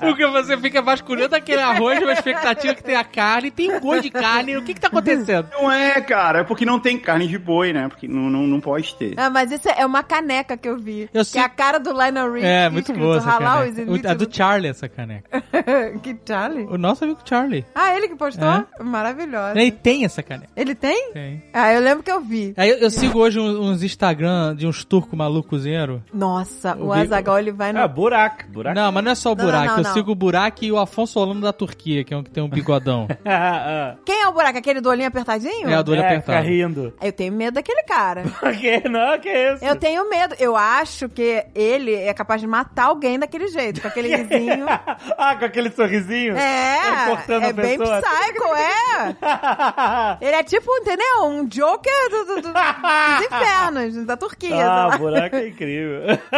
S5: Porque você fica vasculhando aquele arroz, uma expectativa que tem a carne, tem um gosto de carne. O que que tá acontecendo?
S3: Não é, cara. É porque não tem carne de boi, né? Porque não, não, não pode ter.
S4: *laughs* Ah, mas isso é uma caneca que eu vi.
S5: Eu
S4: que é
S5: sei-
S4: a cara do Lionel Richie.
S5: É, muito
S4: escrito
S5: boa essa
S4: Halal, is it
S5: caneca. O-
S4: me
S5: a
S4: you
S5: do Charlie, essa caneca.
S4: looking- *laughs* Que Charlie?
S5: O nosso amigo Charlie.
S4: Ah, ele que postou?
S5: É.
S4: Maravilhosa.
S5: Ele tem essa caneca.
S4: Ele tem?
S5: Tem. É.
S4: Ah, eu lembro que eu vi.
S5: Aí eu, eu sigo hoje uns, uns Instagram de uns turco malucozinho.
S4: Nossa, o
S2: vi-
S4: Azagal ele vai
S5: Ah.
S4: no.
S2: É, buraco. Buraco. *laughs*
S5: Não, mas não é só o
S4: Não,
S5: Buraco.
S4: não, não,
S5: Eu
S4: não.
S5: sigo o Buraco e o Afonso Solano da Turquia, que é um que tem
S4: *laughs*
S5: um bigodão.
S2: Ah, ah.
S4: Quem é o buraco? Aquele do olhinho apertadinho?
S5: é, a do olho
S2: é,
S5: apertado.
S2: Fica rindo.
S4: Eu tenho medo daquele cara.
S2: Por quê? Não, que isso?
S4: Eu tenho medo. Eu acho que ele é capaz de matar alguém daquele jeito, com aquele
S5: *laughs*
S4: risinho.
S2: *laughs* ah, com aquele sorrisinho? Ele cortando
S4: É, é
S2: a
S4: bem
S2: pessoa.
S4: psycho, é. Ele é tipo, entendeu? Um Joker do, do- do- dos infernos, da
S2: *laughs*
S4: Turquia.
S2: ah,
S5: Tá
S2: o
S4: sei lá.
S2: buraco é incrível. *laughs*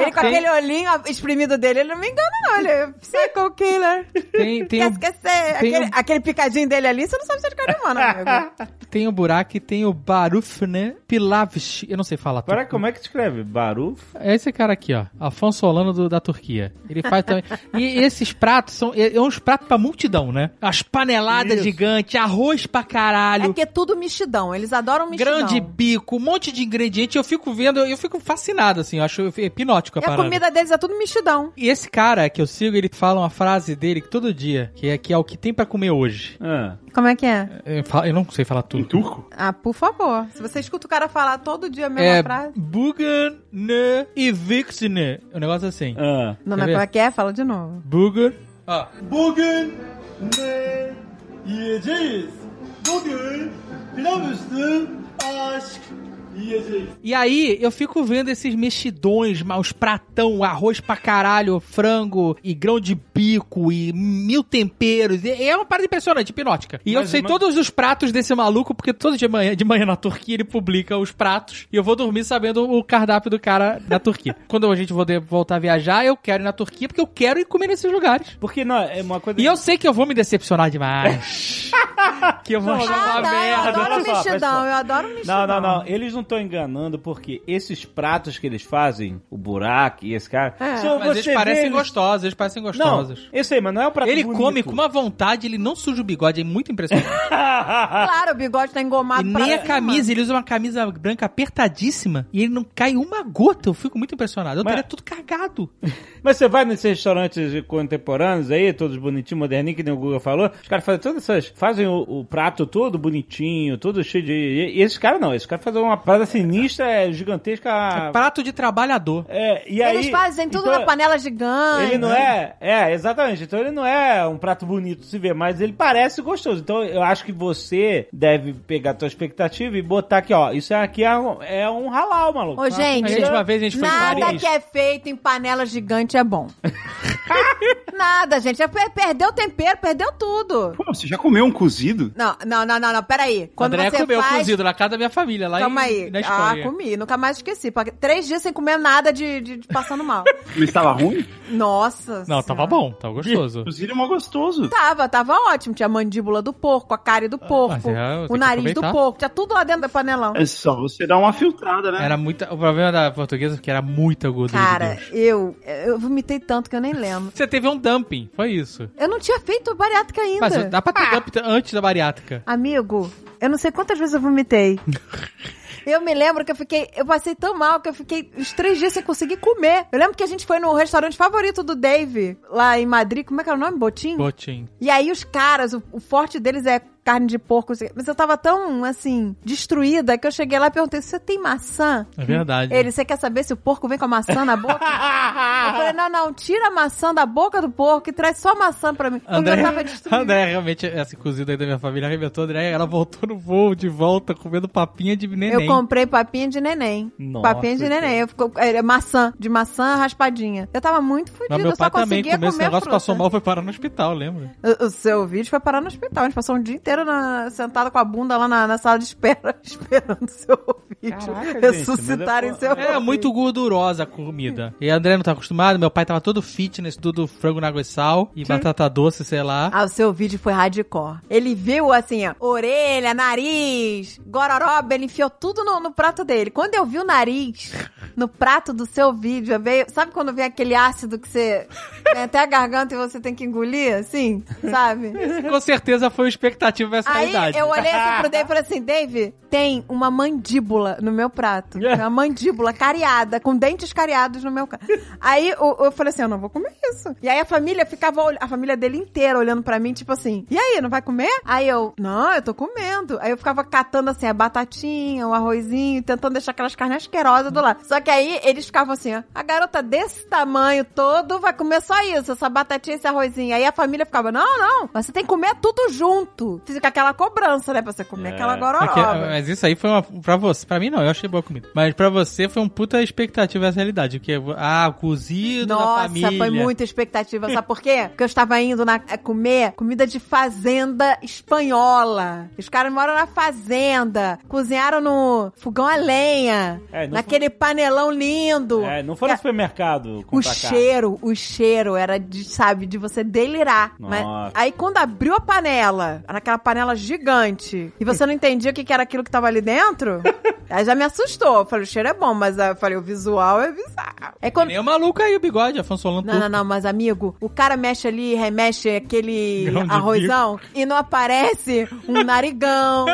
S4: Ele com aquele olhinho exprimido dele, ele não me engana não, ele é psycho killer.
S5: Tem, um tem,
S4: Quer
S5: o,
S4: esquecer?
S5: tem
S4: Aquele,
S5: um-
S4: aquele picadinho dele ali,
S5: *laughs*
S4: você não sabe se é de cara humana, amigo.
S5: tem o Buraco e tem o Barufne Pilavs. Eu não sei fala tudo.
S2: Peraí, como é que escreve? Baruf?
S5: É esse cara aqui, ó. Afonso Solano do- da Turquia. Ele faz também. e esses pratos são. É é uns pratos pra multidão, né? As paneladas gigantes, arroz pra caralho.
S4: É que é tudo mexidão. Eles adoram mexidão.
S5: Grande bico, um monte de ingrediente, eu fico vendo, eu fico fascinado, assim, eu acho hipnótico a
S4: E a
S5: parada.
S4: comida deles é tudo mexidão.
S5: E esse cara que eu sigo, ele fala uma frase dele que todo dia, que é que é o que tem pra comer hoje.
S2: Ah.
S4: Como é que é?
S5: Eu, falo- eu não sei falar tudo.
S3: turco?
S4: Ah, por favor. Se você escuta o cara falar todo dia a mesma
S5: É
S4: frase.
S5: Bugan ne eviksne. Um negócio assim.
S2: Ah.
S4: Não,
S5: quer
S4: mas
S5: ver?
S4: como é que é? Fala de novo.
S5: Bugan. Ó.
S3: Bugün ne yiyeceğiz? Bugün pilav üstü aşk yiyeceğiz.
S5: E aí, eu fico vendo esses mexidões, ma- os pratão, arroz pra caralho, frango e grão de bico e mil temperos. E- e é uma parada impressionante, hipnótica. E eu
S2: Mas
S5: sei
S2: uma-
S5: todos os pratos desse maluco, porque todo dia de manhã, de manhã na Turquia ele publica os pratos e eu vou dormir sabendo o cardápio do cara na Turquia. *laughs* Quando a gente poder voltar a viajar, eu quero ir na Turquia porque eu quero ir comer nesses lugares.
S2: Porque não, é uma coisa.
S5: E eu sei que eu vou me decepcionar demais.
S2: *laughs*
S5: que eu vou
S2: Não,
S5: achar
S2: não,
S5: uma
S4: Ah, tá. Eu
S5: merda.
S4: adoro
S2: Olha só, olha
S4: mexidão.
S2: só.
S4: Eu adoro mexidão.
S2: Não, não, não. Eles não estão enganando porque esses pratos que eles fazem, o buraco e esse cara.
S4: É.
S2: são-
S5: Mas
S2: você
S5: eles
S2: vê
S5: parecem
S2: eles-
S5: gostosos, eles parecem
S2: Não,
S5: gostosos.
S2: eu sei, mas não é o prato
S5: Ele
S2: bonito.
S5: come com uma vontade, ele não suja o bigode, é
S2: *laughs*
S5: muito impressionante.
S4: Claro, o bigode tá engomado
S5: e
S4: pra
S5: nem a
S4: cima.
S5: camisa, ele usa uma camisa branca apertadíssima e ele não cai uma gota. Eu fico muito impressionado. Eu
S2: Mas-
S5: teria tudo cagado.
S2: *laughs* Mas você vai nesses restaurantes contemporâneos aí, todos bonitinhos, moderninhos, que nem o Google falou, os caras fazem todas essas. Fazem o, o prato todo bonitinho, todo cheio de. E esses caras não, esses caras fazem uma parada sinistra, é, gigantesca.
S5: É prato de trabalhador.
S2: É, e aí,
S4: Eles fazem tudo
S2: então,
S4: na panela gigante.
S2: Ele não é. É, exatamente. Então ele não é um prato bonito de se ver, mas ele parece gostoso. Então eu acho que você deve pegar a tua expectativa e botar aqui, ó. Isso aqui é um, é um halal, maluco.
S4: Ô, gente,
S5: A gente, uma vez a gente foi em
S4: nada
S5: Paris.
S4: que é feito em panela gigante é bom. *laughs* nada, gente. É, per- perdeu o tempero, perdeu tudo.
S3: Pô, você já comeu um cozido?
S4: Não, não, não, não, não. Peraí.
S5: O
S4: Quando
S5: André
S4: você
S5: comeu
S4: faz...
S5: cozido na casa da minha família, lá
S4: Calma
S5: em,
S4: aí.
S5: na
S4: Ah,
S5: Espanha.
S4: comi. Nunca mais esqueci. Pa- Três dias sem comer nada de, de- de passando
S5: *laughs*
S4: mal.
S3: Mas tava ruim?
S4: Nossa
S5: não,
S4: Senhora.
S5: tava bom,
S2: *laughs*
S5: tava gostoso.
S3: Cozido é mó gostoso.
S4: Tava, tava ótimo. Tinha a mandíbula do porco, a cárie do porco,
S5: mas é, tem que
S4: o nariz do
S5: aproveitar.
S4: porco. Tinha tudo lá dentro do panelão.
S3: É só você dar uma filtrada, né?
S5: Era muita. O problema da portuguesa é que era muita gordura. de
S4: Cara,
S5: Deus.
S4: eu, eu vomitei tanto que eu nem lembro.
S5: Você teve um dumping, foi isso.
S4: Eu não tinha feito bariátrica ainda. Ah,
S5: Mas dá pra ter dumping antes da bariátrica.
S4: Amigo, eu não sei quantas vezes eu
S5: *laughs*
S4: vomitei. Eu me lembro que eu fiquei. Eu passei tão mal que eu fiquei uns três dias sem conseguir comer. Eu lembro que a gente foi no restaurante favorito do Dave, lá em Madrid. Como é que era o nome? Botim?
S5: Botim.
S4: E aí os caras, o, o forte deles é carne de porco. não sei o quê. Mas eu tava tão, assim, destruída que eu cheguei lá e perguntei: você tem maçã?
S5: É verdade.
S4: Ele, você quer saber se o porco vem com a maçã na boca? eu falei,
S5: *laughs*
S4: não, não, tira a maçã da boca do porco e traz só a maçã pra mim. Porque eu
S5: André, *laughs*
S4: tava destruída.
S5: André, realmente, essa cozida aí da minha família arrebentou. André, ela voltou no voo de volta comendo papinha de é neném.
S4: Eu comprei papinha de neném.
S2: Nossa,
S4: papinha de neném. Eu fico, é, maçã, de maçã raspadinha. Eu tava muito fodida,
S5: Mas meu
S4: eu só
S5: pai também
S4: conseguia
S5: comeu esse
S4: comer
S5: negócio,
S4: fruta.
S5: passou mal, foi parar no hospital, lembra?
S4: O, o seu vídeo foi parar no hospital. A gente passou um dia inteiro na- sentada com a bunda lá na, na sala de espera, *laughs* esperando o seu vídeo
S2: Caraca, gente,
S4: ressuscitarem
S2: mas é-
S4: seu
S5: Era muito gordurosa a comida. E André não tá acostumado, meu pai tava todo fitness, tudo frango na água e sal, e batata doce, sei lá.
S4: Ah, o seu vídeo foi hardcore. Ele viu, assim, ó, orelha, nariz, gororoba, ele enfiou tudo no, no prato dele. Quando eu vi o nariz no prato do seu vídeo, eu veio, sabe quando vem aquele ácido que você *laughs* vem até a garganta e você tem que engolir, assim, sabe?
S5: Com certeza foi uma expectativa dessa
S4: Aí
S5: idade.
S4: eu olhei assim pro Dave e falei assim, Dave, tem uma mandíbula no meu prato. Tem Uma mandíbula cariada, com dentes cariados no meu prato. Aí eu, eu falei assim, eu não vou comer isso. E aí a família ficava, olh- a família dele inteira olhando pra mim, tipo assim, e aí, não vai comer? Aí eu, não, eu tô comendo. Aí eu ficava catando assim, a batatinha, o arrozinho, tentando deixar aquelas carnes asquerosas do lado. Só que aí eles ficavam assim, ó, a garota desse tamanho todo vai comer só isso, essa batatinha, esse arrozinho. Aí a família ficava, não, não, mas você tem que comer tudo junto. Fica aquela cobrança, né, pra você comer
S2: É.
S4: aquela
S5: Mas que-
S4: gororoba.
S5: mas isso aí foi uma. Pra você. Pra mim não, eu achei boa comida. Mas pra você foi um puta expectativa essa realidade. Porque, ah, cozido na
S4: Nossa,
S5: família.
S4: foi muita expectativa. Sabe por quê? Porque eu estava indo na, eh, comer comida de fazenda espanhola. Os caras moram na fazenda, cozinharam no fogão a lenha,
S2: É, não
S4: naquele panelão lindo.
S2: É, não foi no supermercado
S4: O
S2: comprar carne.
S4: cheiro, o cheiro era de, sabe, de você delirar.
S2: Nossa.
S4: Mas, aí quando abriu
S2: *laughs*
S4: a panela, era aquela panela gigante, e você não entendia o que que era aquilo que tava ali dentro, Aí já me assustou. Eu falei, o cheiro é bom, mas aí eu falei, o visual é bizarro. É quando...
S5: Nem o maluco aí, o bigode, Afonso Solano.
S4: Não, não, não, mas amigo, o cara mexe ali, remexe aquele
S5: Grão de
S4: arrozão e não aparece um
S2: *laughs*
S4: narigão,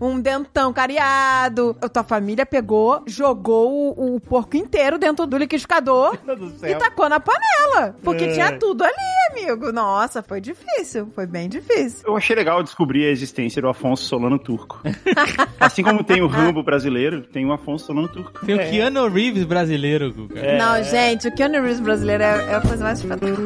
S4: um dentão cariado. A tua família pegou, jogou o, o porco inteiro dentro do liquidificador
S2: Meu Deus do
S4: e
S2: céu.
S4: tá tacou na panela. Porque
S2: É.
S4: tinha tudo ali, amigo. Nossa, foi difícil. Foi bem difícil.
S3: Eu achei legal descobrir a existência do Afonso Solano Turco. *laughs* assim como tem o Rambo brasileiro, tem o Afonso Solano Turco.
S5: Tem
S2: É.
S5: o Keanu Reeves brasileiro, Guga.
S4: Não, gente, o Keanu Reeves brasileiro é, é a coisa mais espetacular.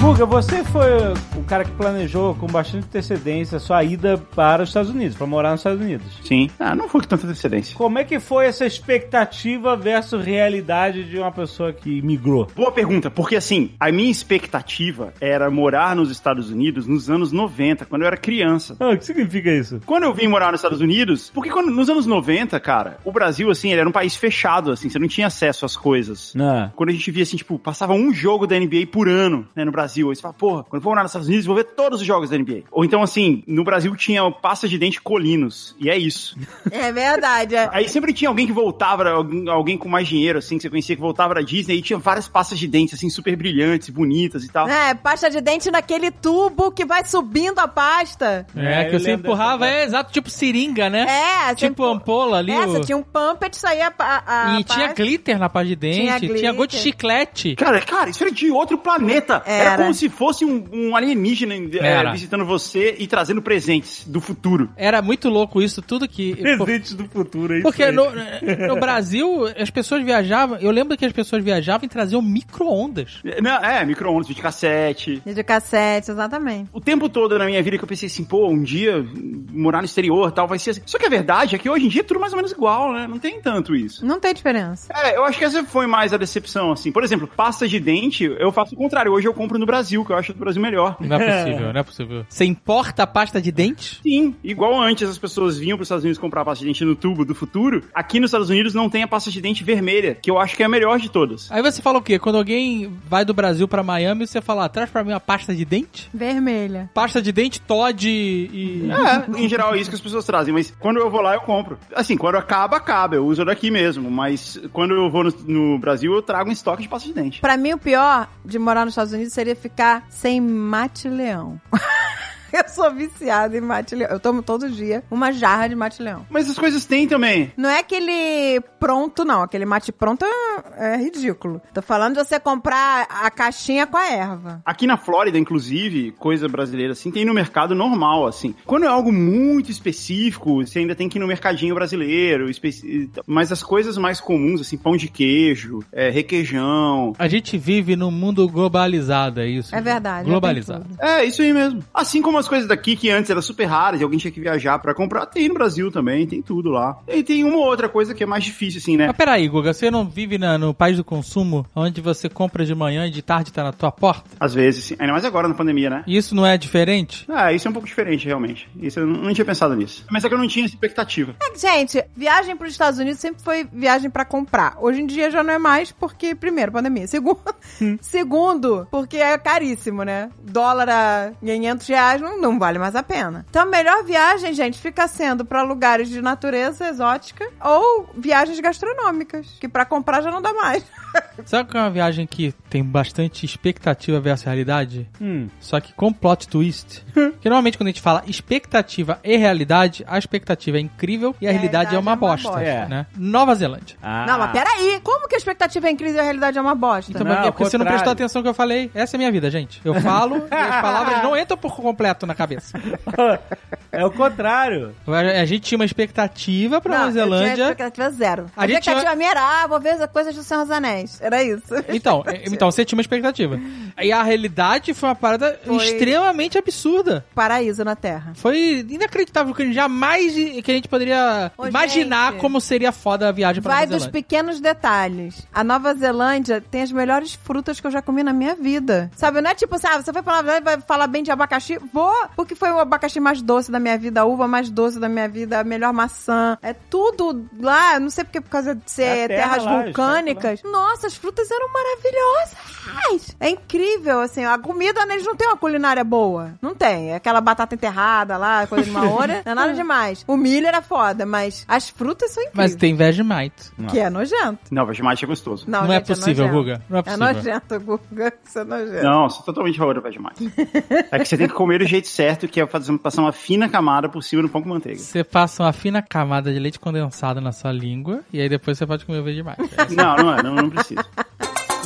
S2: Guga, você foi o cara que planejou com bastante antecedência a sua ida para os Estados Unidos, para morar nos Estados Unidos.
S3: Sim. Ah, não foi com tanta antecedência.
S2: Como é que foi essa expectativa versus realidade de uma pessoa que migrou?
S3: Boa pergunta, porque assim, a minha expectativa era morar nos Estados Unidos nos anos 90, quando eu era criança.
S2: Ah, o que significa isso?
S3: Quando eu vim morar nos Estados Unidos, porque quando, nos anos 90, cara, o Brasil, assim, ele era um país fechado, assim, você não tinha acesso às coisas.
S2: Ah,
S3: Quando a gente via, assim, tipo, passava um jogo da NBA por ano, né, no Brasil. Aí você fala, porra, quando eu for morar nos Estados Unidos, vou ver todos os jogos da NBA. Ou então, assim, no Brasil tinha o pasta de dente colinos, e é isso.
S4: É verdade.
S2: *laughs*
S4: é.
S3: Aí sempre tinha alguém que voltava, era alguém, alguém com mais dinheiro, assim, que você conhecia, que voltava da Disney, e tinha várias pastas de dente, assim, super brilhantes, bonitas e tal.
S4: É, pasta de dente naquele tubo que vai subindo a pasta.
S5: É,
S2: É,
S5: que
S2: eu
S5: você
S2: lembro
S5: empurrava,
S2: dessa-
S5: é exato, tipo seringa, né?
S4: É, você
S5: tipo
S4: empu-
S5: ampola ali.
S4: Essa,
S5: o-
S4: tinha um pumpet, saía a, a
S5: E tinha
S4: pasta.
S5: glitter na parte de
S4: Tinha
S5: dente, tinha, gosto de
S4: glitter.
S5: chiclete.
S3: Cara, cara, isso era de outro planeta. Era,
S4: Era.
S3: como se fosse um, um alienígena eh,
S5: Era.
S3: visitando você e trazendo presentes do futuro.
S5: Era muito louco isso, tudo que.
S2: *laughs* presente do futuro, é isso
S5: Porque
S2: aí.
S5: no, no Brasil, as pessoas viajavam. Eu lembro que as pessoas viajavam e traziam micro-ondas.
S3: Não, é, micro-ondas, videocassete.
S4: De cassete, exatamente.
S3: O tempo todo na minha vida que eu pensei assim, pô, um dia morar no exterior e tal vai ser assim. Só que a verdade é que hoje em dia é tudo mais ou menos igual, né? Não tem tanto isso.
S4: Não tem diferença.
S3: É, eu acho que essa foi mais a decepção, assim. Por exemplo, pasta de dente, eu faço o contrário. Hoje eu compro no Brasil, que eu acho do Brasil melhor.
S5: Não é possível, não é possível. Você importa a pasta de dente?
S3: Sim, igual antes as pessoas vinham para os Estados Unidos comprar pasta de dente no tubo do futuro, aqui nos Estados Unidos não tem a pasta de dente vermelha, que eu acho que é a melhor de todas.
S5: Aí você fala o quê? Quando alguém vai do Brasil pra Miami, você fala, ah, traz pra mim uma pasta de dente?
S4: Vermelha.
S5: Pasta de dente, Todd e...
S3: É, em geral é isso que as pessoas trazem, mas quando eu vou lá eu compro. Assim, quando acaba, acaba, eu uso daqui mesmo, mas quando eu vou no, no Brasil eu trago um estoque de pasta de dente.
S4: Pra mim, o pior de morar nos Estados Unidos seria ficar sem mate-leão. *laughs* Eu sou viciada em mate-leão. Eu tomo todo dia uma jarra de mate-leão.
S3: Mas as coisas têm também.
S4: Não é aquele pronto, não. Aquele mate pronto é, é ridículo. Tô falando de você comprar a caixinha com a erva.
S3: Aqui na Flórida, inclusive, coisa brasileira assim, tem no mercado normal, assim. Quando é algo muito específico, você ainda tem que ir no mercadinho brasileiro, especi- mas as coisas mais comuns, assim, pão de queijo, é, requeijão.
S5: A gente vive num mundo globalizado, é isso?
S4: É verdade. já
S5: Globalizado.
S4: tem tudo.
S3: É, isso aí mesmo. Assim como as coisas daqui que antes eram super raras e alguém tinha que viajar pra comprar, tem no Brasil também, tem tudo lá. E tem uma ou outra coisa que é mais difícil, assim, né?
S5: Mas peraí, Guga, você não vive na- no país do consumo, onde você compra de manhã e de tarde tá na tua porta?
S3: Às vezes, assim. ainda mais agora na pandemia, né?
S5: E isso não é diferente?
S3: Ah, isso é um pouco diferente, realmente. Isso eu não não tinha pensado nisso. Mas é que eu não tinha essa expectativa.
S4: Gente, viagem para os Estados Unidos sempre foi viagem pra comprar. Hoje em dia já não é mais porque, primeiro, pandemia. Segundo,
S5: Hum.
S4: *laughs* segundo porque é caríssimo, né? Dólar a 500 reais não, não vale mais a pena. Então, a melhor viagem, gente, fica sendo pra lugares de natureza exótica ou viagens gastronômicas, que pra comprar já não dá mais.
S5: Sabe que é uma viagem que tem bastante expectativa versus realidade?
S2: Hum.
S5: Só que com
S2: *laughs*
S5: plot twist. Porque normalmente quando a gente fala expectativa e realidade, a expectativa é incrível e a, realidade, é uma bosta,
S2: bosta.
S5: né? Nova Zelândia.
S2: Ah.
S4: Não, mas peraí, como que a expectativa é incrível e a realidade é uma bosta?
S5: Então,
S2: Não,
S5: é porque
S2: ao
S5: você não
S2: contrário.
S5: prestou atenção no que eu falei. Essa é a minha vida, gente. Eu falo
S2: *laughs*
S5: e as palavras não entram por completo na cabeça.
S2: É o contrário.
S5: A gente tinha uma expectativa pra Nova
S4: eu tinha
S5: Zelândia.
S4: expectativa zero.
S5: A
S4: A,
S5: gente
S4: expectativa
S5: tinha-
S4: minha era, ah, vou ver as coisas do Senhor dos Anéis. Era isso.
S5: Então, é- então você tinha uma expectativa. E a realidade foi uma parada
S4: Foi.
S5: extremamente absurda.
S4: Paraíso na Terra.
S5: Foi inacreditável que a gente jamais que a gente poderia
S4: Ô,
S5: imaginar
S4: gente.
S5: como seria foda a viagem pra
S4: Vai
S5: Nova
S4: dos
S5: Zelândia.
S4: pequenos detalhes. A Nova Zelândia tem as melhores frutas que eu já comi na minha assim, ah, vida. Sabe, não é tipo, sabe, você foi pra Nova Zelândia e vai falar bem de abacaxi? Vou, porque foi o abacaxi mais doce da minha vida, a uva mais doce da minha vida, a melhor maçã. É tudo lá, não sei porque por causa de ser
S3: É a terra
S4: terras
S3: lá, os
S4: vulcânicas. Nossa, as frutas eram maravilhosas! É incrível, assim, a comida, né, eles não têm uma culinária boa. Não tem. É Aquela batata enterrada lá, coisa de uma hora, não
S3: *laughs*
S4: é nada demais. O milho era foda, mas as frutas são incríveis.
S5: Mas tem Vegemite.
S4: Que é nojento.
S3: Não, Vegemite é gostoso.
S4: Não,
S5: Não é
S4: gente,
S5: possível,
S4: nojento.
S5: Guga. Não é possível.
S4: É nojento, Guga. Isso é nojento.
S3: Não, você é totalmente favor da Vegemite. É que você tem que comer do jeito certo, que é fazer, passar uma fina camada por cima no pão com manteiga.
S5: Você passa uma fina camada de leite condensado na sua língua e aí depois você pode comer o Vegemite.
S3: Não, não é, não, não precisa.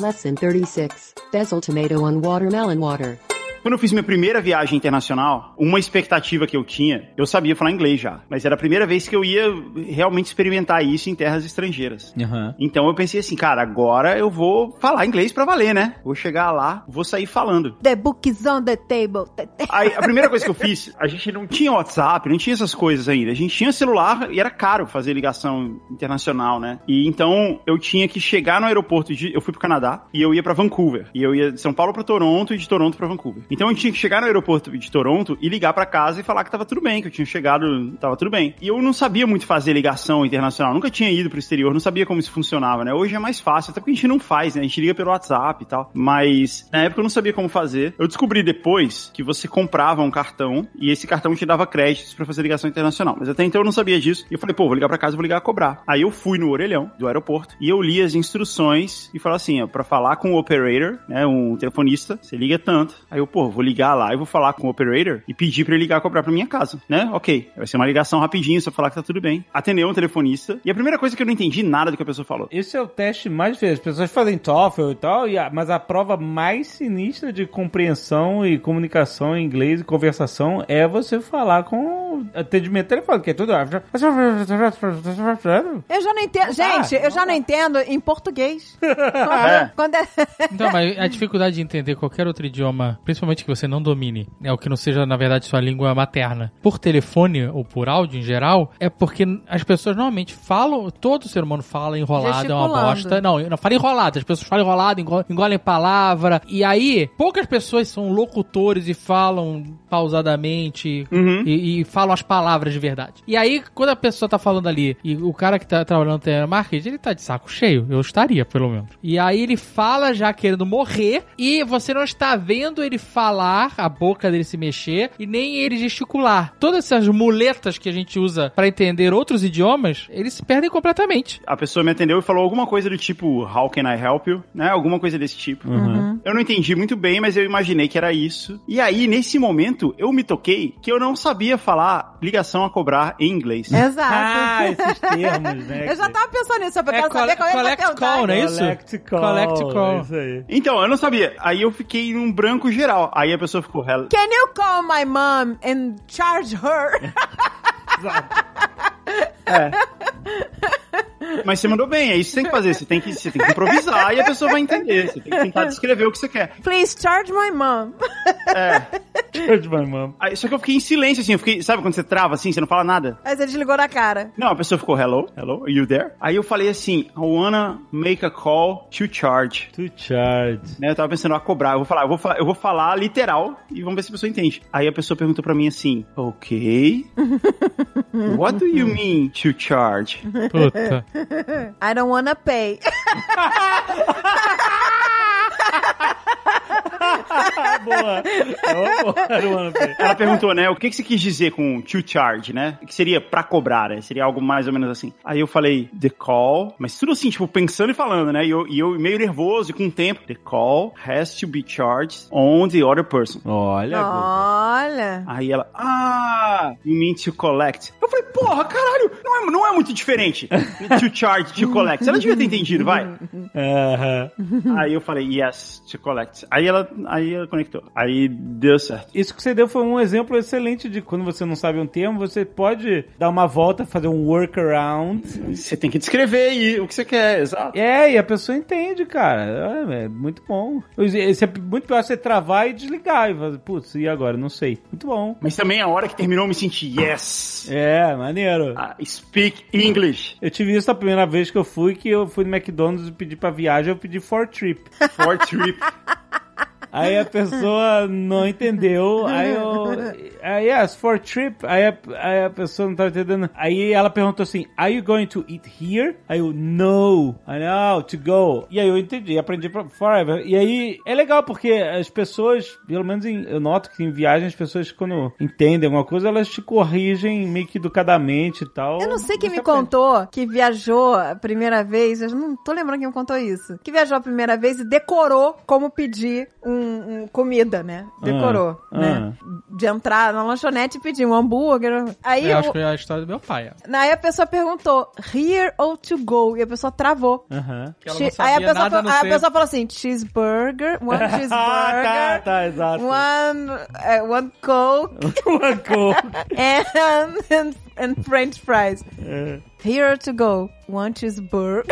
S6: Lesson 36 Bezel tomato on watermelon water.
S3: Quando eu fiz minha primeira viagem internacional, uma expectativa que eu tinha, eu sabia falar inglês já, mas era a primeira vez que eu ia realmente experimentar isso em terras estrangeiras.
S2: Aham.
S3: Então eu pensei assim, cara, agora eu vou falar inglês pra valer, né? Vou chegar lá, vou sair falando.
S4: The book is on the table.
S3: Aí, a primeira coisa que eu fiz, a gente não tinha WhatsApp, não tinha essas coisas ainda. A gente tinha celular e era caro fazer ligação internacional, né? E então eu tinha que chegar no aeroporto de. Eu fui pro Canadá e eu ia pra Vancouver. E eu ia de São Paulo pra Toronto e de Toronto pra Vancouver. Então eu tinha que chegar no aeroporto de Toronto e ligar pra casa e falar que tava tudo bem, que eu tinha chegado, tava tudo bem. E eu não sabia muito fazer ligação internacional, nunca tinha ido pro exterior, não sabia como isso funcionava, né? Hoje é mais fácil, até porque a gente não faz, né? A gente liga pelo WhatsApp e tal. Mas na época eu não sabia como fazer. Eu descobri depois que você comprava um cartão e esse cartão te dava créditos pra fazer ligação internacional. Mas até então eu não sabia disso. E eu falei, pô, vou ligar pra casa, vou ligar a cobrar. Aí eu fui no orelhão do aeroporto e eu li as instruções e falei assim, ó, pra falar com o operator, né, um telefonista, você liga tanto. Aí eu, pô, vou ligar lá e vou falar com o operator e pedir pra ele ligar a cobrar pra minha casa, né? OK. Vai ser uma ligação rapidinho, só falar que tá tudo bem. Atendeu um telefonista e a primeira coisa que eu não entendi nada do que a pessoa falou.
S2: Esse é o teste mais feio. As pessoas fazem TOEFL e tal, e a- mas a prova mais sinistra de compreensão e comunicação em inglês e conversação é você falar com atendimento telefônico, que é tudo.
S4: Eu já não entendo.
S2: dá,
S4: Gente, eu já não entendo em
S5: *laughs*
S4: português.
S3: É.
S4: Quando, quando é... *laughs*
S5: Então, mas a dificuldade de entender qualquer outro idioma, principalmente que você não domine, né, o que não seja, na verdade, sua língua materna, por telefone ou por áudio em geral, é porque as pessoas normalmente falam, todo ser humano fala enrolado, é uma
S4: Gesticulando.
S5: bosta. Não, não fala enrolado, as pessoas falam enrolado, engo- engolem palavra. E aí, poucas pessoas são locutores e falam pausadamente,
S3: Uhum.
S5: e, e falam as palavras de verdade. E aí, quando a pessoa tá falando ali, e o cara que tá trabalhando no telemarketing, ele tá de saco cheio. Eu estaria, pelo menos. E aí ele fala já querendo morrer, e você não está vendo ele falar, a boca dele se mexer, e nem ele gesticular. Todas essas muletas que a gente usa pra entender outros idiomas, eles se perdem completamente.
S3: A pessoa me atendeu e falou alguma coisa do tipo How can I help you? Né? Alguma coisa desse tipo. Eu não entendi muito bem, mas eu imaginei que era isso. E aí, nesse momento, eu me toquei que eu não sabia falar ligação a cobrar em inglês.
S4: É. Exato.
S2: Ah, esses termos, né?
S4: eu já tava pensando nisso, eu quero
S5: cole-
S4: saber qual é que vai
S5: collect
S4: perguntar.
S5: call, né? isso?
S2: Collect call.
S5: Collect call.
S2: é Isso aí.
S3: Então, eu não sabia. Aí eu fiquei num branco geral. Aí a pessoa ficou "Hello."
S4: Can you call my mom and charge her?
S3: Mas você mandou bem, é isso que você tem que fazer. Você tem que, você tem que improvisar e a pessoa vai entender. Você tem que tentar descrever o que você quer.
S4: Please charge my mom.
S2: Charge my mom.
S3: Aí, só que eu fiquei em silêncio, assim. Eu fiquei, sabe quando você trava assim, você não fala nada?
S4: Aí você desligou na cara.
S3: Não, a pessoa ficou hello, hello, are you there? Aí eu falei assim, I wanna make a call to charge.
S2: To charge.
S3: né? Eu tava pensando, a cobrar, eu vou falar, eu vou, fa- eu vou falar literal e vamos ver se a pessoa entende. Aí a pessoa perguntou pra mim assim, ok, what do you mean to charge?
S5: Puta.
S4: I don't wanna pay.
S2: Ah, *laughs* boa. Oh, boa. I don't wanna pay.
S3: Ela perguntou, né, o que, que você quis dizer com to charge, né? Que seria pra cobrar, né? Seria algo mais ou menos assim. Aí eu falei, the call, mas tudo assim, tipo, pensando e falando, né? E eu, e eu meio nervoso e com o tempo, the call has to be charged on the other person.
S2: Olha, Guga.
S4: Olha.
S3: Aí ela, ah, you mean to collect. Eu falei, porra, caralho, não é, não é muito diferente. to charge, to collect. Ela devia ter entendido, vai.
S2: Aham.
S3: Aí eu falei, yes, to collect. Aí ela, aí ela conectou. Aí deu certo.
S2: Isso que você deu foi um exemplo excelente de quando você não sabe um termo, você pode dar uma volta, fazer um workaround.
S3: Você tem que descrever aí o que você quer, exato.
S2: É, e a pessoa entende, cara. É, é muito bom. Isso é muito pior você travar e desligar. E fazer, putz, e agora? Não sei. Muito bom.
S3: Mas também é a hora que terminou eu me senti, yes,
S2: É, maneiro.
S3: ah, speak English
S2: Eu tive isso a primeira vez que eu fui, que eu fui no McDonald's e pedi pra viagem, eu pedi for trip.
S3: for trip.
S2: Aí a pessoa não entendeu. Aí eu. Aí, yes, for trip. Aí a, aí a pessoa não tava entendendo. Aí ela perguntou assim: Are you going to eat here? Aí eu, no. Aí, não, to go. E aí eu entendi, aprendi pra forever. E aí é legal porque as pessoas, pelo menos em- eu noto que em viagem as pessoas, quando entendem alguma coisa, elas te corrigem meio que educadamente e tal.
S4: Eu não sei quem
S2: Você
S4: me
S2: aprende.
S4: contou que viajou a primeira vez, eu não tô lembrando quem me contou isso. Que viajou a primeira vez e decorou como pedir um, um comida, né? Decorou,
S2: Ah,
S4: né? De entrar na lanchonete e pedir um hambúrguer. Aí
S5: Eu
S4: o-
S5: acho que é a história do meu pai. essa.
S4: Aí a pessoa perguntou, here or to go? E a pessoa travou.
S2: Aham.
S5: Que ela
S4: Che-
S5: não
S4: aí
S5: sabia
S4: a, pessoa
S5: nada,
S4: falou,
S5: a não
S4: aí a
S5: ser-
S4: pessoa falou assim, cheeseburger, one
S2: *laughs*
S4: cheeseburger,
S2: Ah, tá, tá, exato.
S4: one, eh, one coke,
S2: Uma cor.
S4: *laughs* and, and, and french fries. Here to go, one cheeseburger.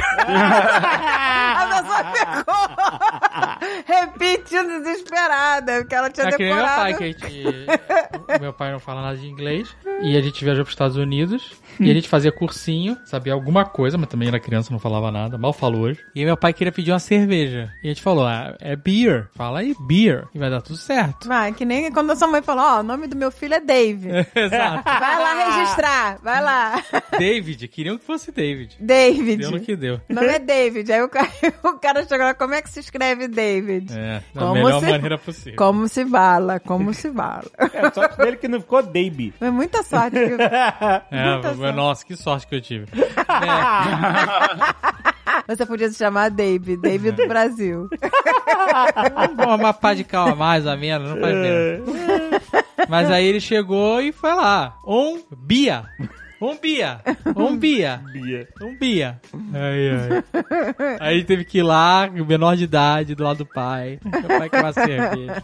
S4: a pessoa ficou *laughs* repetindo desesperada, porque ela tinha
S5: É que nem meu pai,
S4: decorado.
S5: que a gente... o meu pai não fala nada de inglês. E a gente viajou pros Estados Unidos. e a gente fazia cursinho, sabia alguma coisa, mas também era criança, não falava nada, mal falou hoje. E meu pai queria pedir uma cerveja. E a gente falou, ah, é beer. Fala aí, beer. E vai dar tudo
S4: *laughs*
S5: certo.
S4: Vai, que nem quando a sua mãe falou, ó, o nome do meu filho é Dave.
S5: Exato.
S4: Vai lá registrar, vai lá. *laughs*
S5: David, queriam que fosse David.
S4: David.
S5: Deu no que deu.
S4: O nome é David. Aí o cara, *laughs* o cara chegou lá, como é que se escreve David?
S5: É, da
S4: Como
S5: melhor
S4: se-
S5: maneira possível.
S4: Como se bala, como se bala.
S2: É, sorte dele que não ficou Baby.
S4: Foi *laughs* muita sorte. Que... Muita
S5: É, mas,
S4: sorte.
S5: nossa, que sorte que eu tive. É,
S4: Você podia se chamar David, David
S5: É.
S4: do Brasil.
S5: Uma pá de calma mais ou menos, não faz diferença. Mas aí ele chegou e foi lá. Um Bia. Um Bia. Um Bia.
S2: Bia.
S5: Um Bia. Aí, aí. aí teve que ir lá, menor de idade, do lado do pai. Meu pai que vai cerveja.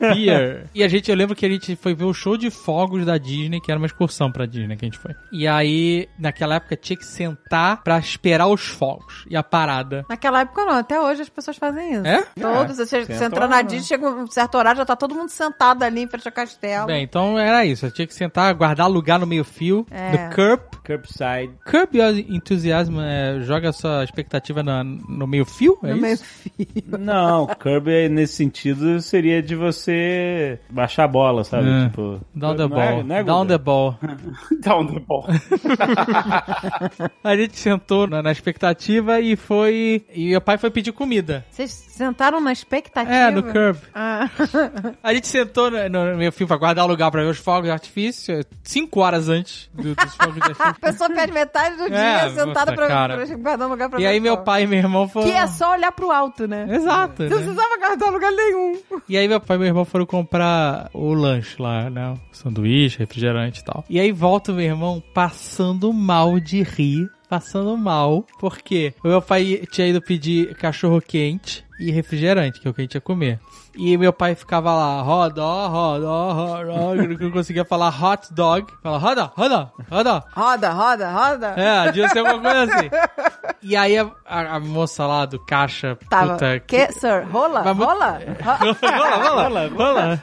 S5: Beer. E a gente, eu lembro que a gente foi ver o show de fogos da Disney, que era uma excursão pra Disney que a gente foi. E aí, naquela época, tinha que sentar pra esperar os fogos. E a parada.
S4: Naquela época não, até hoje as pessoas fazem isso.
S5: É?
S4: Todos, você, você entrou na Disney, chega um certo horário, já tá todo mundo sentado ali em frente ao castelo.
S5: Bem, então era isso. Eu tinha que sentar, guardar lugar no meio-fio,
S4: É.
S5: no curb.
S2: Curbside.
S5: Curb Your Enthusiasm é, joga a sua expectativa na- no meio-fio? É
S4: No
S5: isso?
S4: meu filho.
S2: Não, curb é, nesse sentido seria de você baixar a bola, sabe?
S5: É.
S2: Tipo,
S5: Down the
S2: não é-
S5: ball.
S2: não é
S5: Down
S2: Guga?
S5: the ball.
S3: *laughs* Down the ball.
S5: A gente sentou na, na expectativa e foi. E meu pai foi pedir comida.
S4: Vocês sentaram na expectativa?
S5: É, no curb.
S4: Ah. *laughs*
S5: A gente sentou no, no meu filho pra guardar o lugar pra ver os fogos de artifício eh, cinco horas antes do- dos fogos
S4: *laughs*
S5: de
S4: A
S5: artifício.
S4: pessoa perde metade do
S5: É,
S4: dia sentada
S5: puta,
S4: pra,
S5: cara.
S4: pra guardar um lugar pra
S5: E aí
S4: ver o
S5: meu
S4: sol.
S5: pai e meu irmão foram.
S4: Que é só olhar pro alto, né?
S5: Exato.
S4: Você não
S5: né?
S4: precisava guardar lugar nenhum.
S5: E aí meu pai e meu irmão foram comprar o lanche lá, né? O Sanduíche, refrigerante e tal. E aí volta o meu irmão passando mal de rir. Passando mal, porque o meu pai tinha ido pedir cachorro quente e refrigerante, que é o que a gente ia comer. E meu pai ficava lá, hot dog, hot dog, hot dog, eu não conseguia falar hot dog. Fala, hot dog, hot dog, hot dog.
S4: Roda, roda, roda.
S5: É, devia ser alguma coisa assim. E aí a, a- a moça lá do caixa,
S4: Tava.
S5: puta,
S4: que, sir? Rola?
S5: Mas muito- *laughs*
S4: rola? Ro-
S5: Rola, rola, rola.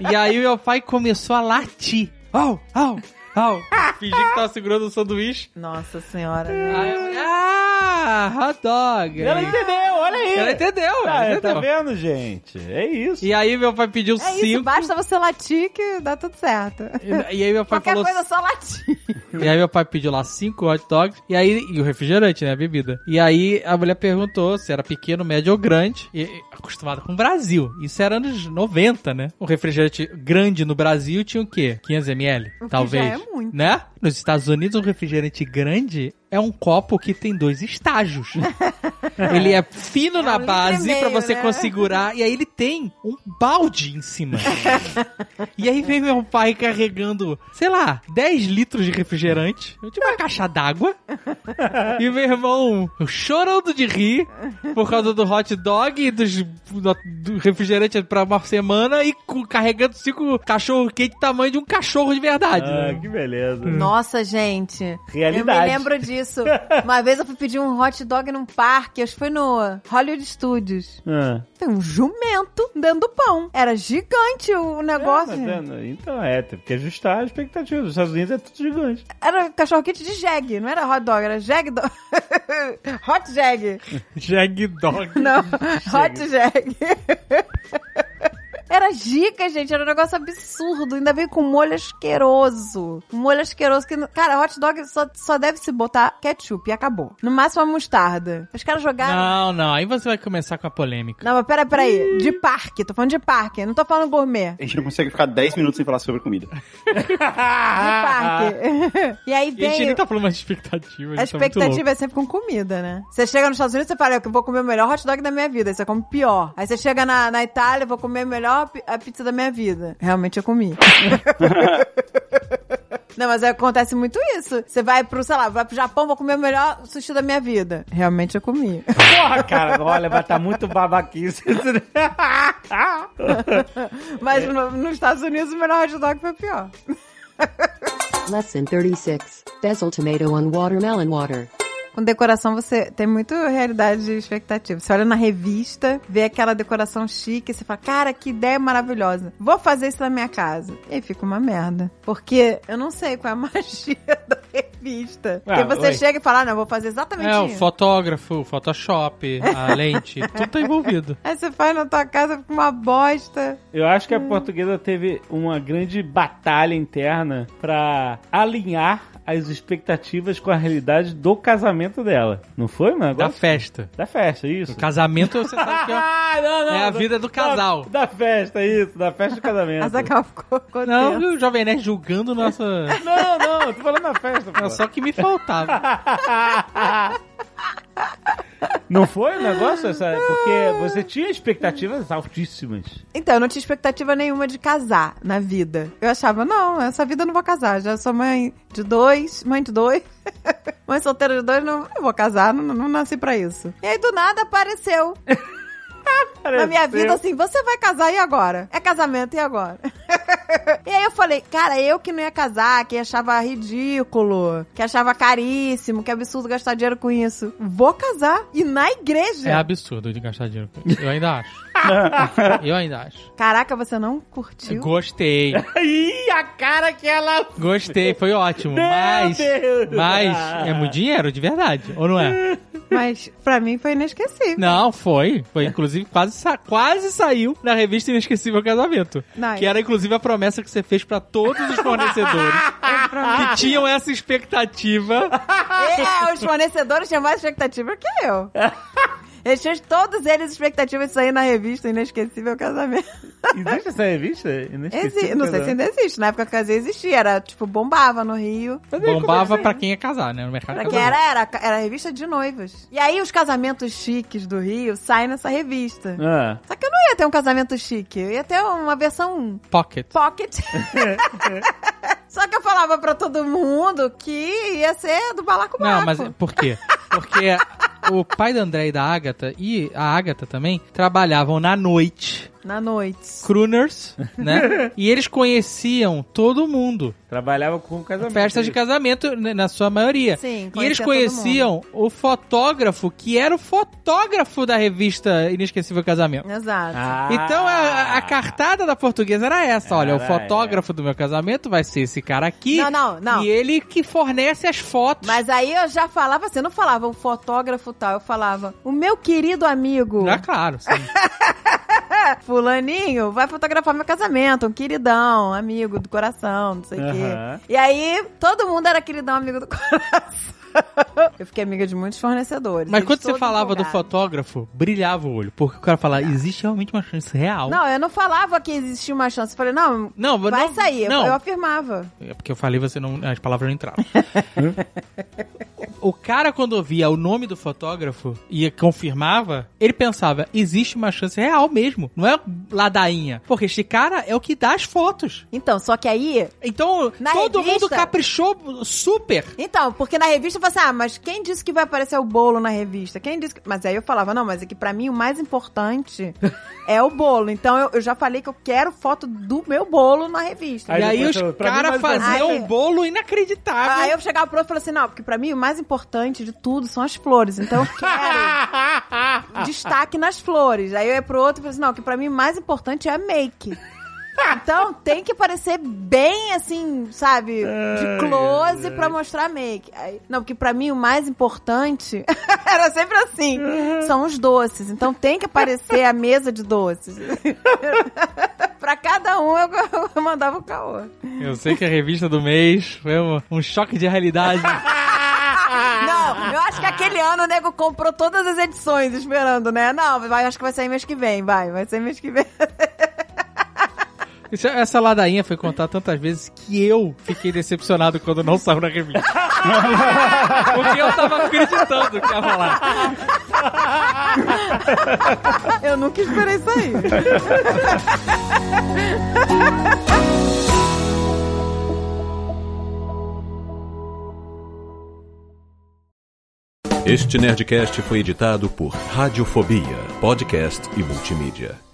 S5: E aí meu pai começou a latir. Au, au, *laughs* au. Fingi que tava segurando um sanduíche.
S4: Nossa senhora.
S5: Aí eu falei, ah, hot dog.
S2: Ela
S5: Aí-
S2: entendeu, olha aí.
S5: Ela entendeu, é,
S2: Ah,
S5: ela
S2: tá
S5: entendeu.
S2: vendo, gente? É isso.
S5: E aí meu pai pediu
S4: É isso,
S5: cinco.
S4: basta você latir que dá tudo certo.
S5: E aí meu pai
S4: Qualquer
S5: falou...
S4: coisa é só latir.
S5: *laughs* E aí meu pai pediu lá cinco hot dogs e aí e o refrigerante, né, a bebida. E aí a mulher perguntou se era pequeno, médio ou grande, e, e acostumada com o Brasil. Isso era anos 90, né? O refrigerante grande no Brasil tinha o quê? 500 ml,
S4: O que
S5: talvez.
S4: já é muito.
S5: Né? Nos Estados Unidos um refrigerante grande é um copo que tem dois estágios. ele é fino na
S4: um litro
S5: base
S4: e meio,
S5: pra você
S4: né?
S5: conseguir segurar e aí ele tem um balde em *laughs* cima. E aí vem meu pai carregando, sei lá, 10 litros de refrigerante, eu tinha uma caixa *laughs* d'água, e meu irmão chorando de rir por causa do hot dog e dos, do, do refrigerante pra uma semana e cu- carregando cinco cachorro quente tamanho de um cachorro de verdade.
S2: Ah,
S5: né?
S2: que beleza.
S4: Nossa, gente.
S2: Realidade.
S4: Eu me lembro
S2: *laughs*
S4: disso. disso. Uma vez eu fui pedir um hot dog num parque, acho que foi no Hollywood Studios.
S2: Ah.
S4: Tem um jumento dando pão. Era gigante o negócio.
S2: É, mas, é, então é, tem que ajustar a expectativa. Os Estados Unidos é tudo gigante.
S4: Era cachorro-quente de jegue, não era hot dog, era jegue dog. *laughs* hot jegue.
S5: Jag Dog.
S4: *laughs* Não, hot jegue. Era giga, gente. Era um negócio absurdo. Ainda veio com molho asqueroso. Um molho asqueroso que... não- Cara, hot dog só, só deve se botar ketchup e acabou. No máximo a mostarda. Os caras jogaram...
S5: Não, não. Aí você vai começar com a polêmica.
S4: Não, mas pera, pera aí. De parque. Tô falando de parque. Não tô falando gourmet.
S3: A gente não consegue ficar 10 minutos sem falar sobre comida.
S4: De parque. *laughs* e aí
S5: E a Ah. gente
S4: vem...
S5: nem tá falando mais de expectativa.
S4: A
S5: gente tá muito louco.
S4: expectativa é sempre com comida, né? Você chega nos Estados Unidos e fala, eu vou comer o melhor hot dog da minha vida. Aí você come o pior. Aí você chega na, na Itália, eu vou comer a melhor pi- a pizza da minha vida. Realmente eu
S5: *laughs*
S4: comi. Não, mas acontece muito isso. Você vai pro, sei lá, vai pro Japão, vou comer o melhor sushi da minha vida. Realmente eu comi. *laughs*
S2: Porra, cara, olha, vai estar muito babaquice.
S4: Mas
S5: É.
S4: no- nos Estados Unidos o melhor hot dog foi o pior.
S6: Lesson 36 Basil tomato on watermelon water.
S4: Com decoração você tem muito realidade de expectativa. Você olha na revista, vê aquela decoração chique, você fala, cara, que ideia maravilhosa. Vou fazer isso na minha casa. E aí fica uma merda. Porque eu não sei qual é a *laughs* magia da revista.
S2: Ah,
S4: Porque você
S2: oi.
S4: chega e fala, ah, não, vou fazer exatamente
S5: É, o
S4: isso.
S5: fotógrafo, o Photoshop, *laughs* a lente, tudo tá envolvido.
S4: Aí você faz na tua casa com uma bosta.
S2: Eu acho que a portuguesa teve uma grande batalha interna pra alinhar as expectativas com a realidade do casamento dela. Não foi, mano?
S5: Da festa.
S2: Da festa, isso.
S5: O casamento, você sabe que *laughs* é...
S2: Ah, não, não,
S5: é a
S2: da-
S5: vida do
S2: da-
S5: casal.
S2: Da, festa, isso. Da festa do casamento.
S4: A Zagal ficou contente.
S5: Não, e o Jovem Nerd julgando nossa...
S2: Não, não, eu tô falando da festa, pô.
S5: É só o que me faltava.
S2: *laughs* Não foi o negócio? Essa... Porque você tinha expectativas altíssimas.
S4: Então, eu não tinha expectativa nenhuma de casar na vida. Eu achava, não, essa vida eu não vou casar. Já sou mãe de dois, mãe de dois. *laughs* mãe solteira de dois, não eu vou casar, não, não nasci pra isso. E aí, do nada, apareceu na minha vida assim, você vai casar e agora? É casamento e agora? *laughs* e aí eu falei, cara, eu que não ia casar, que achava ridículo, que achava caríssimo, que absurdo gastar dinheiro com isso. Vou casar e na igreja.
S5: É absurdo de gastar dinheiro com isso. Eu ainda *laughs* acho. Eu ainda acho.
S4: Caraca, você não
S5: É
S4: curtiu?
S5: Gostei.
S2: Ih, a cara que ela
S5: Gostei, foi ótimo.
S2: Meu
S5: mas.
S2: Deus!
S5: Mas é muito dinheiro, de verdade. Ou não é?
S4: Mas pra mim foi inesquecível.
S5: Não, foi. Foi, inclusive, quase, sa- quase saiu na revista Inesquecível Casamento.
S4: Nice.
S5: Que era, inclusive, a promessa que você fez pra todos
S4: *laughs*
S5: os fornecedores que tinham essa expectativa.
S4: É, os fornecedores tinham mais expectativa que eu. Eles tinham todos eles expectativas de sair na revista Inesquecível Casamento.
S2: Existe essa revista?
S4: Exi- não sei se ainda existe. Na época que eu casei existia. Era, tipo, bombava no Rio.
S5: Bombava pra quem ia casar, né? No mercado.
S4: é Pra quem
S5: casar.
S4: era, era, era a revista de noivas. E aí os casamentos chiques do Rio saem nessa revista.
S2: Ah,
S4: Só que eu não ia ter um casamento chique. Eu ia ter uma versão
S5: Pocket.
S4: pocket. *laughs* Só que eu falava pra todo mundo que ia ser do balaco
S5: Não, mas por quê? Porque o pai da André e da Agatha, e a Agatha também, trabalhavam na noite,
S4: Na noite.
S5: crooners,
S4: *laughs*
S5: né? E eles conheciam todo mundo.
S2: trabalhava com casamento.
S5: Festas de casamento, né, na sua maioria.
S4: Sim,
S5: E eles
S4: conhecia todo
S5: conheciam o fotógrafo, que era o fotógrafo da revista Inesquecível Casamento.
S4: Exato.
S2: Ah.
S5: Então a, a cartada da portuguesa era essa: olha, o
S2: Era,
S5: fotógrafo do meu casamento vai ser esse cara aqui.
S4: Não, não, não.
S5: E ele que fornece as fotos.
S4: Mas aí eu já falava assim, eu não falava o fotógrafo tal, eu falava, o meu querido amigo É,
S5: Ah,
S4: *laughs*
S5: claro, sim.
S4: fulaninho vai fotografar meu casamento, um queridão, amigo do coração, não sei o
S2: Aham.
S4: quê. E aí todo mundo era queridão, amigo do *laughs* coração. Eu fiquei amiga de muitos fornecedores.
S5: Mas
S4: eles
S5: quando você
S4: todos
S5: falava do
S4: empolgados.
S5: fotógrafo, brilhava o olho. Porque o cara fala, existe realmente uma chance real.
S4: Não, eu não falava que existia uma chance. Eu falei, não,
S5: Não,
S4: vai
S5: não-
S4: sair.
S5: não.
S4: Eu afirmava.
S5: É porque eu falei, você não. As palavras
S2: *laughs*
S5: não entraram. o cara, quando ouvia o nome do fotógrafo e confirmava, ele pensava, existe uma chance real mesmo. Não é ladainha. Porque este cara é o que dá as fotos.
S4: Então, só que aí...
S5: Então,
S4: Na
S5: todo
S4: revista-
S5: mundo caprichou super.
S4: Então, porque na revista eu falava assim, ah, mas quem disse que vai aparecer o bolo na revista? Quem disse que... Mas aí eu falava, não, mas é que pra mim o mais importante é o bolo. Então eu, eu já falei que eu quero foto do meu bolo na revista.
S2: Aí
S5: e aí
S2: depois
S5: os
S2: falou, "Pra mim, mas-
S5: caras faziam
S4: Aí-
S5: um bolo inacreditável.
S4: Aí eu chegava pro outro e falava assim, não, porque pra mim o mais importante de tudo são as flores. Então eu
S5: *laughs*
S4: quero
S5: Ah.
S4: destaque nas flores. Aí eu ia pro outro e falei assim: não, o que pra mim mais importante é a make. Então tem que parecer bem assim, sabe? De close pra mostrar make. Aí, não, porque pra mim o mais importante *laughs* era sempre assim: são os doces. Então tem que aparecer a mesa de doces. *laughs* pra cada um eu, eu mandava o caô.
S5: Eu sei que a revista do mês foi um, um choque
S4: *laughs*
S5: de realidade.
S4: Não, eu acho que aquele ano o nego comprou todas as edições esperando, né? Não, vai, acho que vai sair mês que vem, vai, vai sair mês que vem.
S5: Isso- é, essa ladainha foi contar tantas vezes que eu fiquei decepcionado quando não saiu na revista. Porque eu tava acreditando que ia falar.
S4: Eu nunca esperei sair.
S7: Este Nerdcast foi editado por Radiofobia, podcast e multimídia.